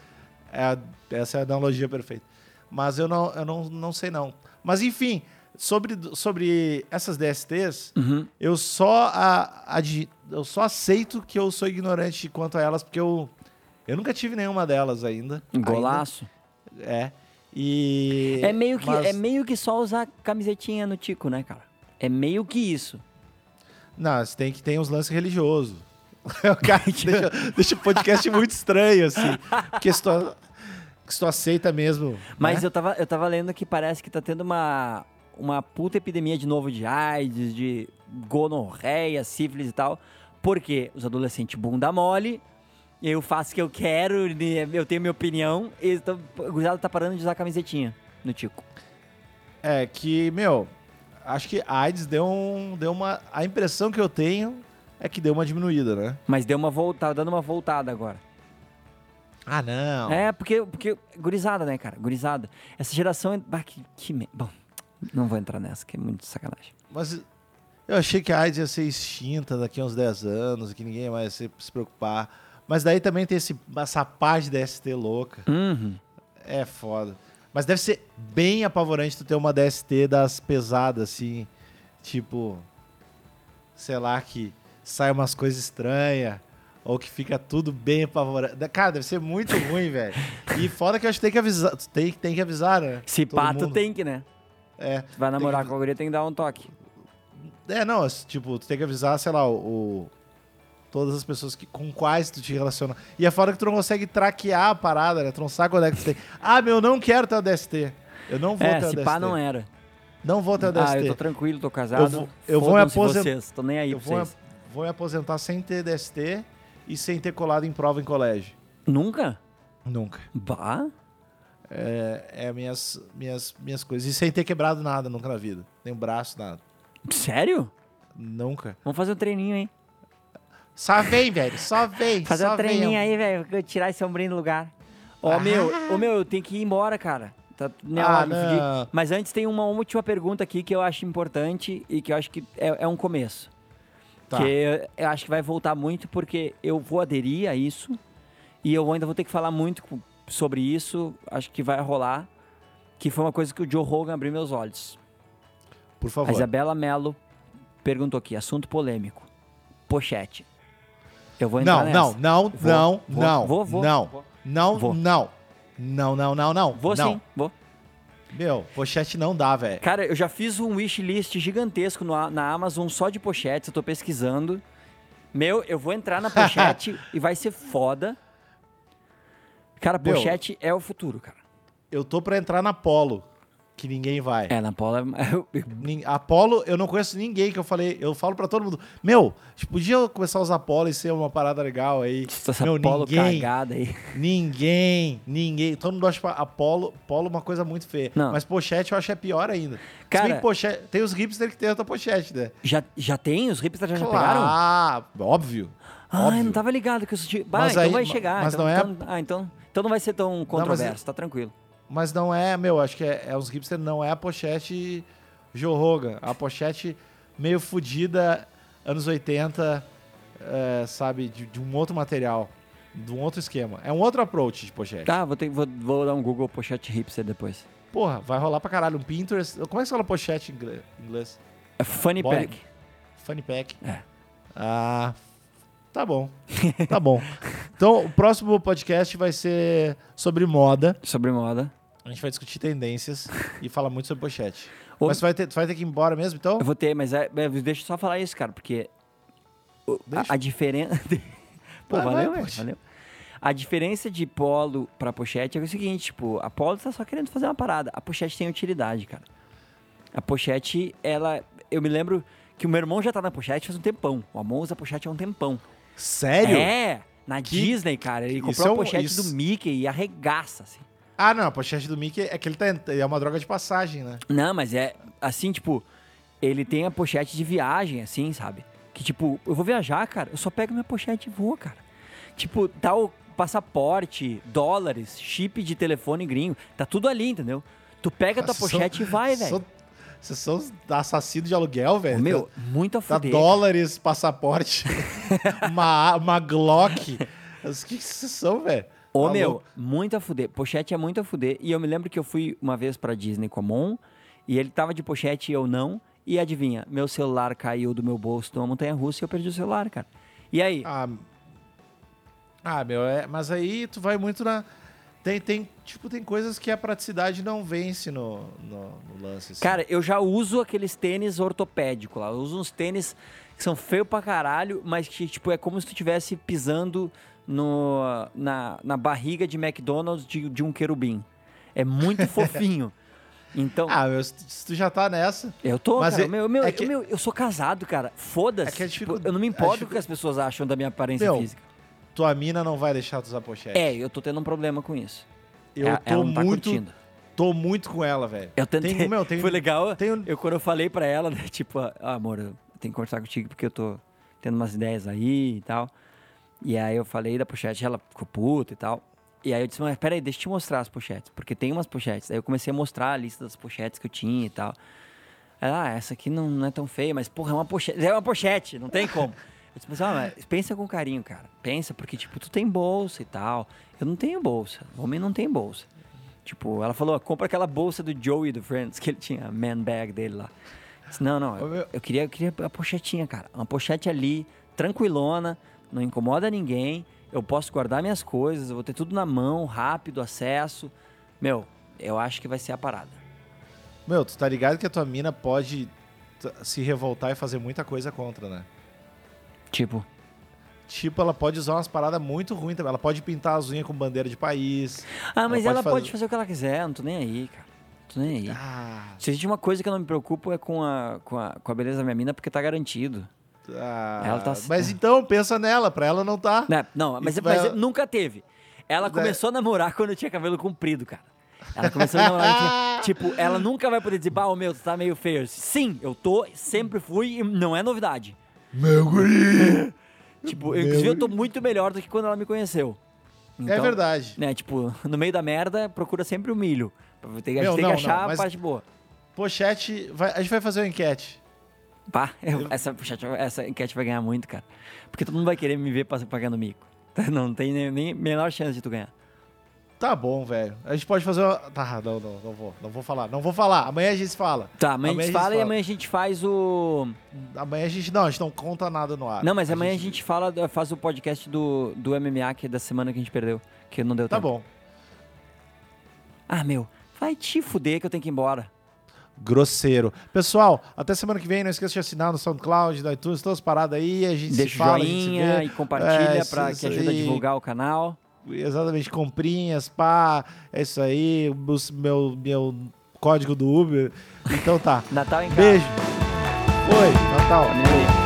É a- essa é a analogia perfeita. Mas eu não, eu não, não sei, não. Mas enfim, sobre, sobre essas DSTs,
Um
eu só a, a de- eu só aceito que eu sou ignorante quanto a elas, porque eu, eu nunca tive nenhuma delas ainda.
Um Golaço.
Ainda. É. E.
É, meio que,
mas-
é meio que só usar camisetinha no tico, né, cara? É meio que isso.
Não, você tem que ter uns lances religiosos. o cara deixa, deixa o podcast muito estranho, assim. Porque se tu, se tu aceita mesmo.
Mas
né?
eu, tava, eu tava lendo que parece que tá tendo uma, uma puta epidemia de novo de AIDS, de gonorreia, sífilis e tal. Porque os adolescentes bunda mole, eu faço o que eu quero, né, eu tenho minha opinião, e eles tão- o gurizada tá parando de usar camisetinha no Tico.
É que, meu, acho que a AIDS deu, um, deu uma. A impressão que eu tenho é que deu uma diminuída, né?
Mas deu uma voltada, dando uma voltada agora.
Ah, não.
É, porque, porque gurizada, né, cara? Gurizada. Essa geração... é- Bah, que, que me- Bom, não vou entrar nessa, que é muito sacanagem.
Mas eu achei que a AIDS ia ser extinta daqui a uns 10 anos, que ninguém mais ia se, se preocupar. Mas daí também tem esse, essa paz de DST louca.
Uhum.
É foda. Mas deve ser bem apavorante tu ter uma DST das pesadas, assim. Tipo. Sei lá, que sai umas coisas estranhas. Ou que fica tudo bem apavorado. Cara, deve ser muito ruim, velho. E foda que eu acho que tem que avisar. tu Tem, tem que avisar, né?
Se
Todo
pá, tu
mundo.
tem que, né?
É.
Tu vai namorar com a guria, tem que dar um toque.
É, não, é, tipo, tu tem que avisar, sei lá, o. o- Todas as pessoas que, com quais tu te relaciona. E é fora que tu não consegue traquear a parada, né? Tu não sabe quando é que tu tem. Ah, meu, eu não quero ter o DST. Eu não vou
é,
ter o
se
DST.
pá, não era.
Não vou ter o DST.
Ah, eu tô tranquilo, tô casado.
Eu vou- eu vou me
Fodam-se
aposen-
vocês, tô nem aí
Eu
pra
vou, me-
vocês.
vou me aposentar sem ter DST e sem ter colado em prova em colégio.
Nunca?
Nunca.
Bah?
É, é minhas, minhas, minhas coisas. E sem ter quebrado nada nunca na vida. Nem o braço, nada.
Sério?
Nunca.
Vamos fazer um treininho, hein?
Só vem, velho. Só vem.
Fazer
só
um treininho
vem.
aí, velho, tirar esse ombrinho do lugar. Ó,
Ah.
meu, ô, meu, eu tenho que ir embora, cara. Tá, né,
Ah,
ó, me fudi.
não.
Mas antes tem uma última pergunta aqui que eu acho importante e que eu acho que é, é um começo.
Tá.
Que eu, eu acho que vai voltar muito porque eu vou aderir a isso e eu ainda vou ter que falar muito com- sobre isso. Acho que vai rolar. Que foi uma coisa que o Joe Rogan abriu meus olhos.
Por
A
favor.
Isabela Mello perguntou aqui, assunto polêmico. Pochete. Eu vou entrar
Não,
nessa.
não, não,
Vou,
não,
vou,
não.
vou, vou,
Não.
vou.
Não,
Vou.
não. Não, não, não, não.
Vou
não.
sim, vou.
Meu, pochete não dá, velho.
Cara, eu já fiz um wishlist gigantesco no A- na Amazon só de pochetes, eu tô pesquisando. Meu, eu vou entrar na pochete e vai ser foda. Cara,
Meu.
pochete é o futuro, cara.
Eu tô pra entrar na Polo, que ninguém vai.
É, na Paula.
Nin- Apollo, eu não conheço ninguém que eu falei. Eu falo pra todo mundo, meu, a gente podia começar a usar Apollo e ser uma parada legal aí.
Essa
meu,
Polo
ninguém,
cagada aí.
ninguém, ninguém. Todo mundo acha pa- Apollo, Apollo é uma coisa muito feia.
Não.
Mas pochete eu acho é pior ainda. Se bem
Cara-
que pochete, tem os hipster que tem outra pochete, né?
Já, já tem? Os hipsters já, já pegaram?
Ah, óbvio.
Ah, eu
óbvio.
não tava ligado que eu senti. Bah,
Mas
então
aí-
vai chegar.
mas
então-
não é-
então- ah, então, então não vai ser tão controverso, tá tranquilo.
Mas não é, meu, acho que é, é uns hipster, não é a pochete Joe Rogan. A pochete meio fodida, anos 80, é, sabe, de, de um outro material, de um outro esquema. É um outro approach de pochete.
Tá, vou, ter, vou, vou dar um Google pochete hipster depois.
Porra, vai rolar pra caralho um Pinterest. Como é que se fala pochete em ingle- em inglês?
É Funny
Body-
Pack.
Funny pack.
É.
Ah, tá bom. Tá bom. Então, o próximo podcast vai ser sobre moda.
Sobre moda.
A gente vai discutir tendências e falar muito sobre pochete.
Ô-
Mas tu vai, ter, tu vai ter que ir embora mesmo, então?
Eu vou ter, mas é, é, deixa eu só falar isso, cara, porque o- a,
Deixa.
a diferença. Pô,
Vai, vai,
valeu, é,
pode.
valeu. A diferença de polo pra pochete é o seguinte, tipo, a polo tá só querendo fazer uma parada. A pochete tem utilidade, cara. A pochete, ela. Eu me lembro que o meu irmão já tá na pochete faz um tempão. O Amon usa pochete há um tempão.
Sério?
É! Na
Que-
Disney, cara. Ele
isso
comprou
é
a
um-
pochete
isso-
do Mickey e arregaça, assim.
Ah, não, a pochete do Mickey é que ele tá, ent- é uma droga de passagem, né?
Não, mas é assim, tipo, ele tem a pochete de viagem, assim, sabe? Que tipo, eu vou viajar, cara, eu só pego minha pochete e vou, cara. Tipo, tá o passaporte, dólares, chip de telefone gringo, tá tudo ali, entendeu? Tu pega a tua
Vocês
pochete
são-
e vai, velho.
vocês são- Vocês são assassinos de aluguel, velho.
Meu, muito a
Dá
fuder.
dólares, passaporte, uma, uma Glock. Os que que vocês são, velho?
Ô,
Tá
meu,
louco?
muito a fuder. Pochete é muito a fuder. E eu me lembro que eu fui uma vez pra Disney com a Mon, e ele tava de pochete e eu não. E adivinha, meu celular caiu do meu bolso numa montanha russa e eu perdi o celular, cara. E aí?
Ah, ah, meu, é, mas aí tu vai muito na. Tem, tem, tipo, tem coisas que a praticidade não vence no, no, no lance. assim.
Cara, eu já uso aqueles tênis ortopédicos lá. Eu uso uns tênis que são feios pra caralho, mas que, tipo, é como se tu estivesse pisando no, na, na barriga de McDonald's de, de um querubim. É muito fofinho. Então,
Ah, meu, se tu- se tu já tá nessa.
eu tô,
mas
cara.
é-
meu, meu,
é que-
meu, eu sou casado, cara.
É que
Foda-se.
a
Tipo,
dificu-
eu não me
a
importo
dificu-
com o que as pessoas acham da minha aparência
Meu,
física.
Tua mina não vai deixar tu usar pochete.
É, eu tô tendo um problema com isso.
eu
ela,
tô
ela não tá
muito.
curtindo.
Tô muito com ela, velho.
Eu tentei.
Tem, um, meu, tem,
Foi legal.
tem- um
Eu, quando eu falei pra ela, né, tipo, ah, amor, eu tenho que conversar contigo porque eu tô tendo umas ideias aí e tal. E aí eu falei da pochete, ela ficou puta e tal. E aí eu disse, mas peraí, deixa eu te mostrar as pochetes, porque tem umas pochetes. Aí eu comecei a mostrar a lista das pochetes que eu tinha e tal. Ela, ah, essa aqui não, não é tão feia, mas porra, é uma pochete, é uma pochete, não tem como. Eu disse, mas, ah, mas pensa com carinho, cara. Pensa, porque, tipo, tu tem bolsa e tal. Eu não tenho bolsa. O homem não tem bolsa. Tipo, ela falou, "Ah, compra aquela bolsa do Joey do Friends, que ele tinha, a man bag dele lá. Eu disse, não, não,
Ô, meu-
eu, eu queria, eu queria a pochetinha, cara. Uma pochete ali, tranquilona, não incomoda ninguém, eu posso guardar minhas coisas, eu vou ter tudo na mão, rápido, acesso. Meu, eu acho que vai ser a parada.
Meu, tu tá ligado que a tua mina pode t- se revoltar e fazer muita coisa contra, né?
Tipo,
Tipo, ela pode usar umas paradas muito ruins também. Ela pode pintar as unhas com bandeira de país.
ah, mas
pode
ela pode,
fazer-
fazer o que ela quiser, eu não tô nem aí, cara. Não tô nem aí.
Ah,
Se existe uma coisa que eu não me preocupo é com a, com a, com a beleza da minha mina, porque tá garantido.
ah.
Ela tá-
Mas então, pensa nela. Pra ela não tá.
Né? Não, mas,
Isso vai-
mas nunca teve. Ela
Né?
começou a namorar quando eu tinha cabelo comprido, cara. Ela começou a namorar. quando tinha- tipo, ela nunca vai poder dizer, bah, ô meu, tu tá meio feio. Sim, eu tô, sempre fui, e não é novidade.
Meu guri!
Tipo, eu, inclusive eu tô muito melhor do que quando ela me conheceu.
é
Então,
verdade.
Né, tipo, no meio da merda, procura sempre o milho. Pra- Tem, que- a gente
Meu,
tem
não,
que achar
não,
a
mas-
parte boa.
Pochete, vai- a gente vai fazer uma enquete.
Pá, eu- essa, puxa, essa enquete vai ganhar muito, cara. Porque todo mundo vai querer me ver pas- pagando mico. Não tem nem, nem menor chance de tu ganhar.
Tá bom, velho. A gente pode fazer uma. Tá, não, não, não vou. Não vou falar. Não vou falar. Amanhã a gente fala.
Tá, amanhã, a gente fala e amanhã a gente faz o.
Amanhã a gente. Não, a gente não conta nada no ar.
Não, mas amanhã a gente fala, do- faz o podcast do, do MMA que é da semana que a gente perdeu, que não deu
Tá
tempo.
bom.
Ah, meu, vai te fuder que eu tenho que ir embora.
Grosseiro. Pessoal, até semana que vem. Não esqueça de assinar no SoundCloud, no iTunes, todas as paradas aí. A gente
Deixa
se
o
fala, a
joinha
gente
e
se vê.
compartilha
É,
pra
isso-
que ajuda a
isso aí.
divulgar o canal.
Exatamente, comprinhas, pá. É isso aí. Os- Meu, meu código do Uber. Então tá. então
Natal em casa.
Beijo. Oi, Natal.
Amém.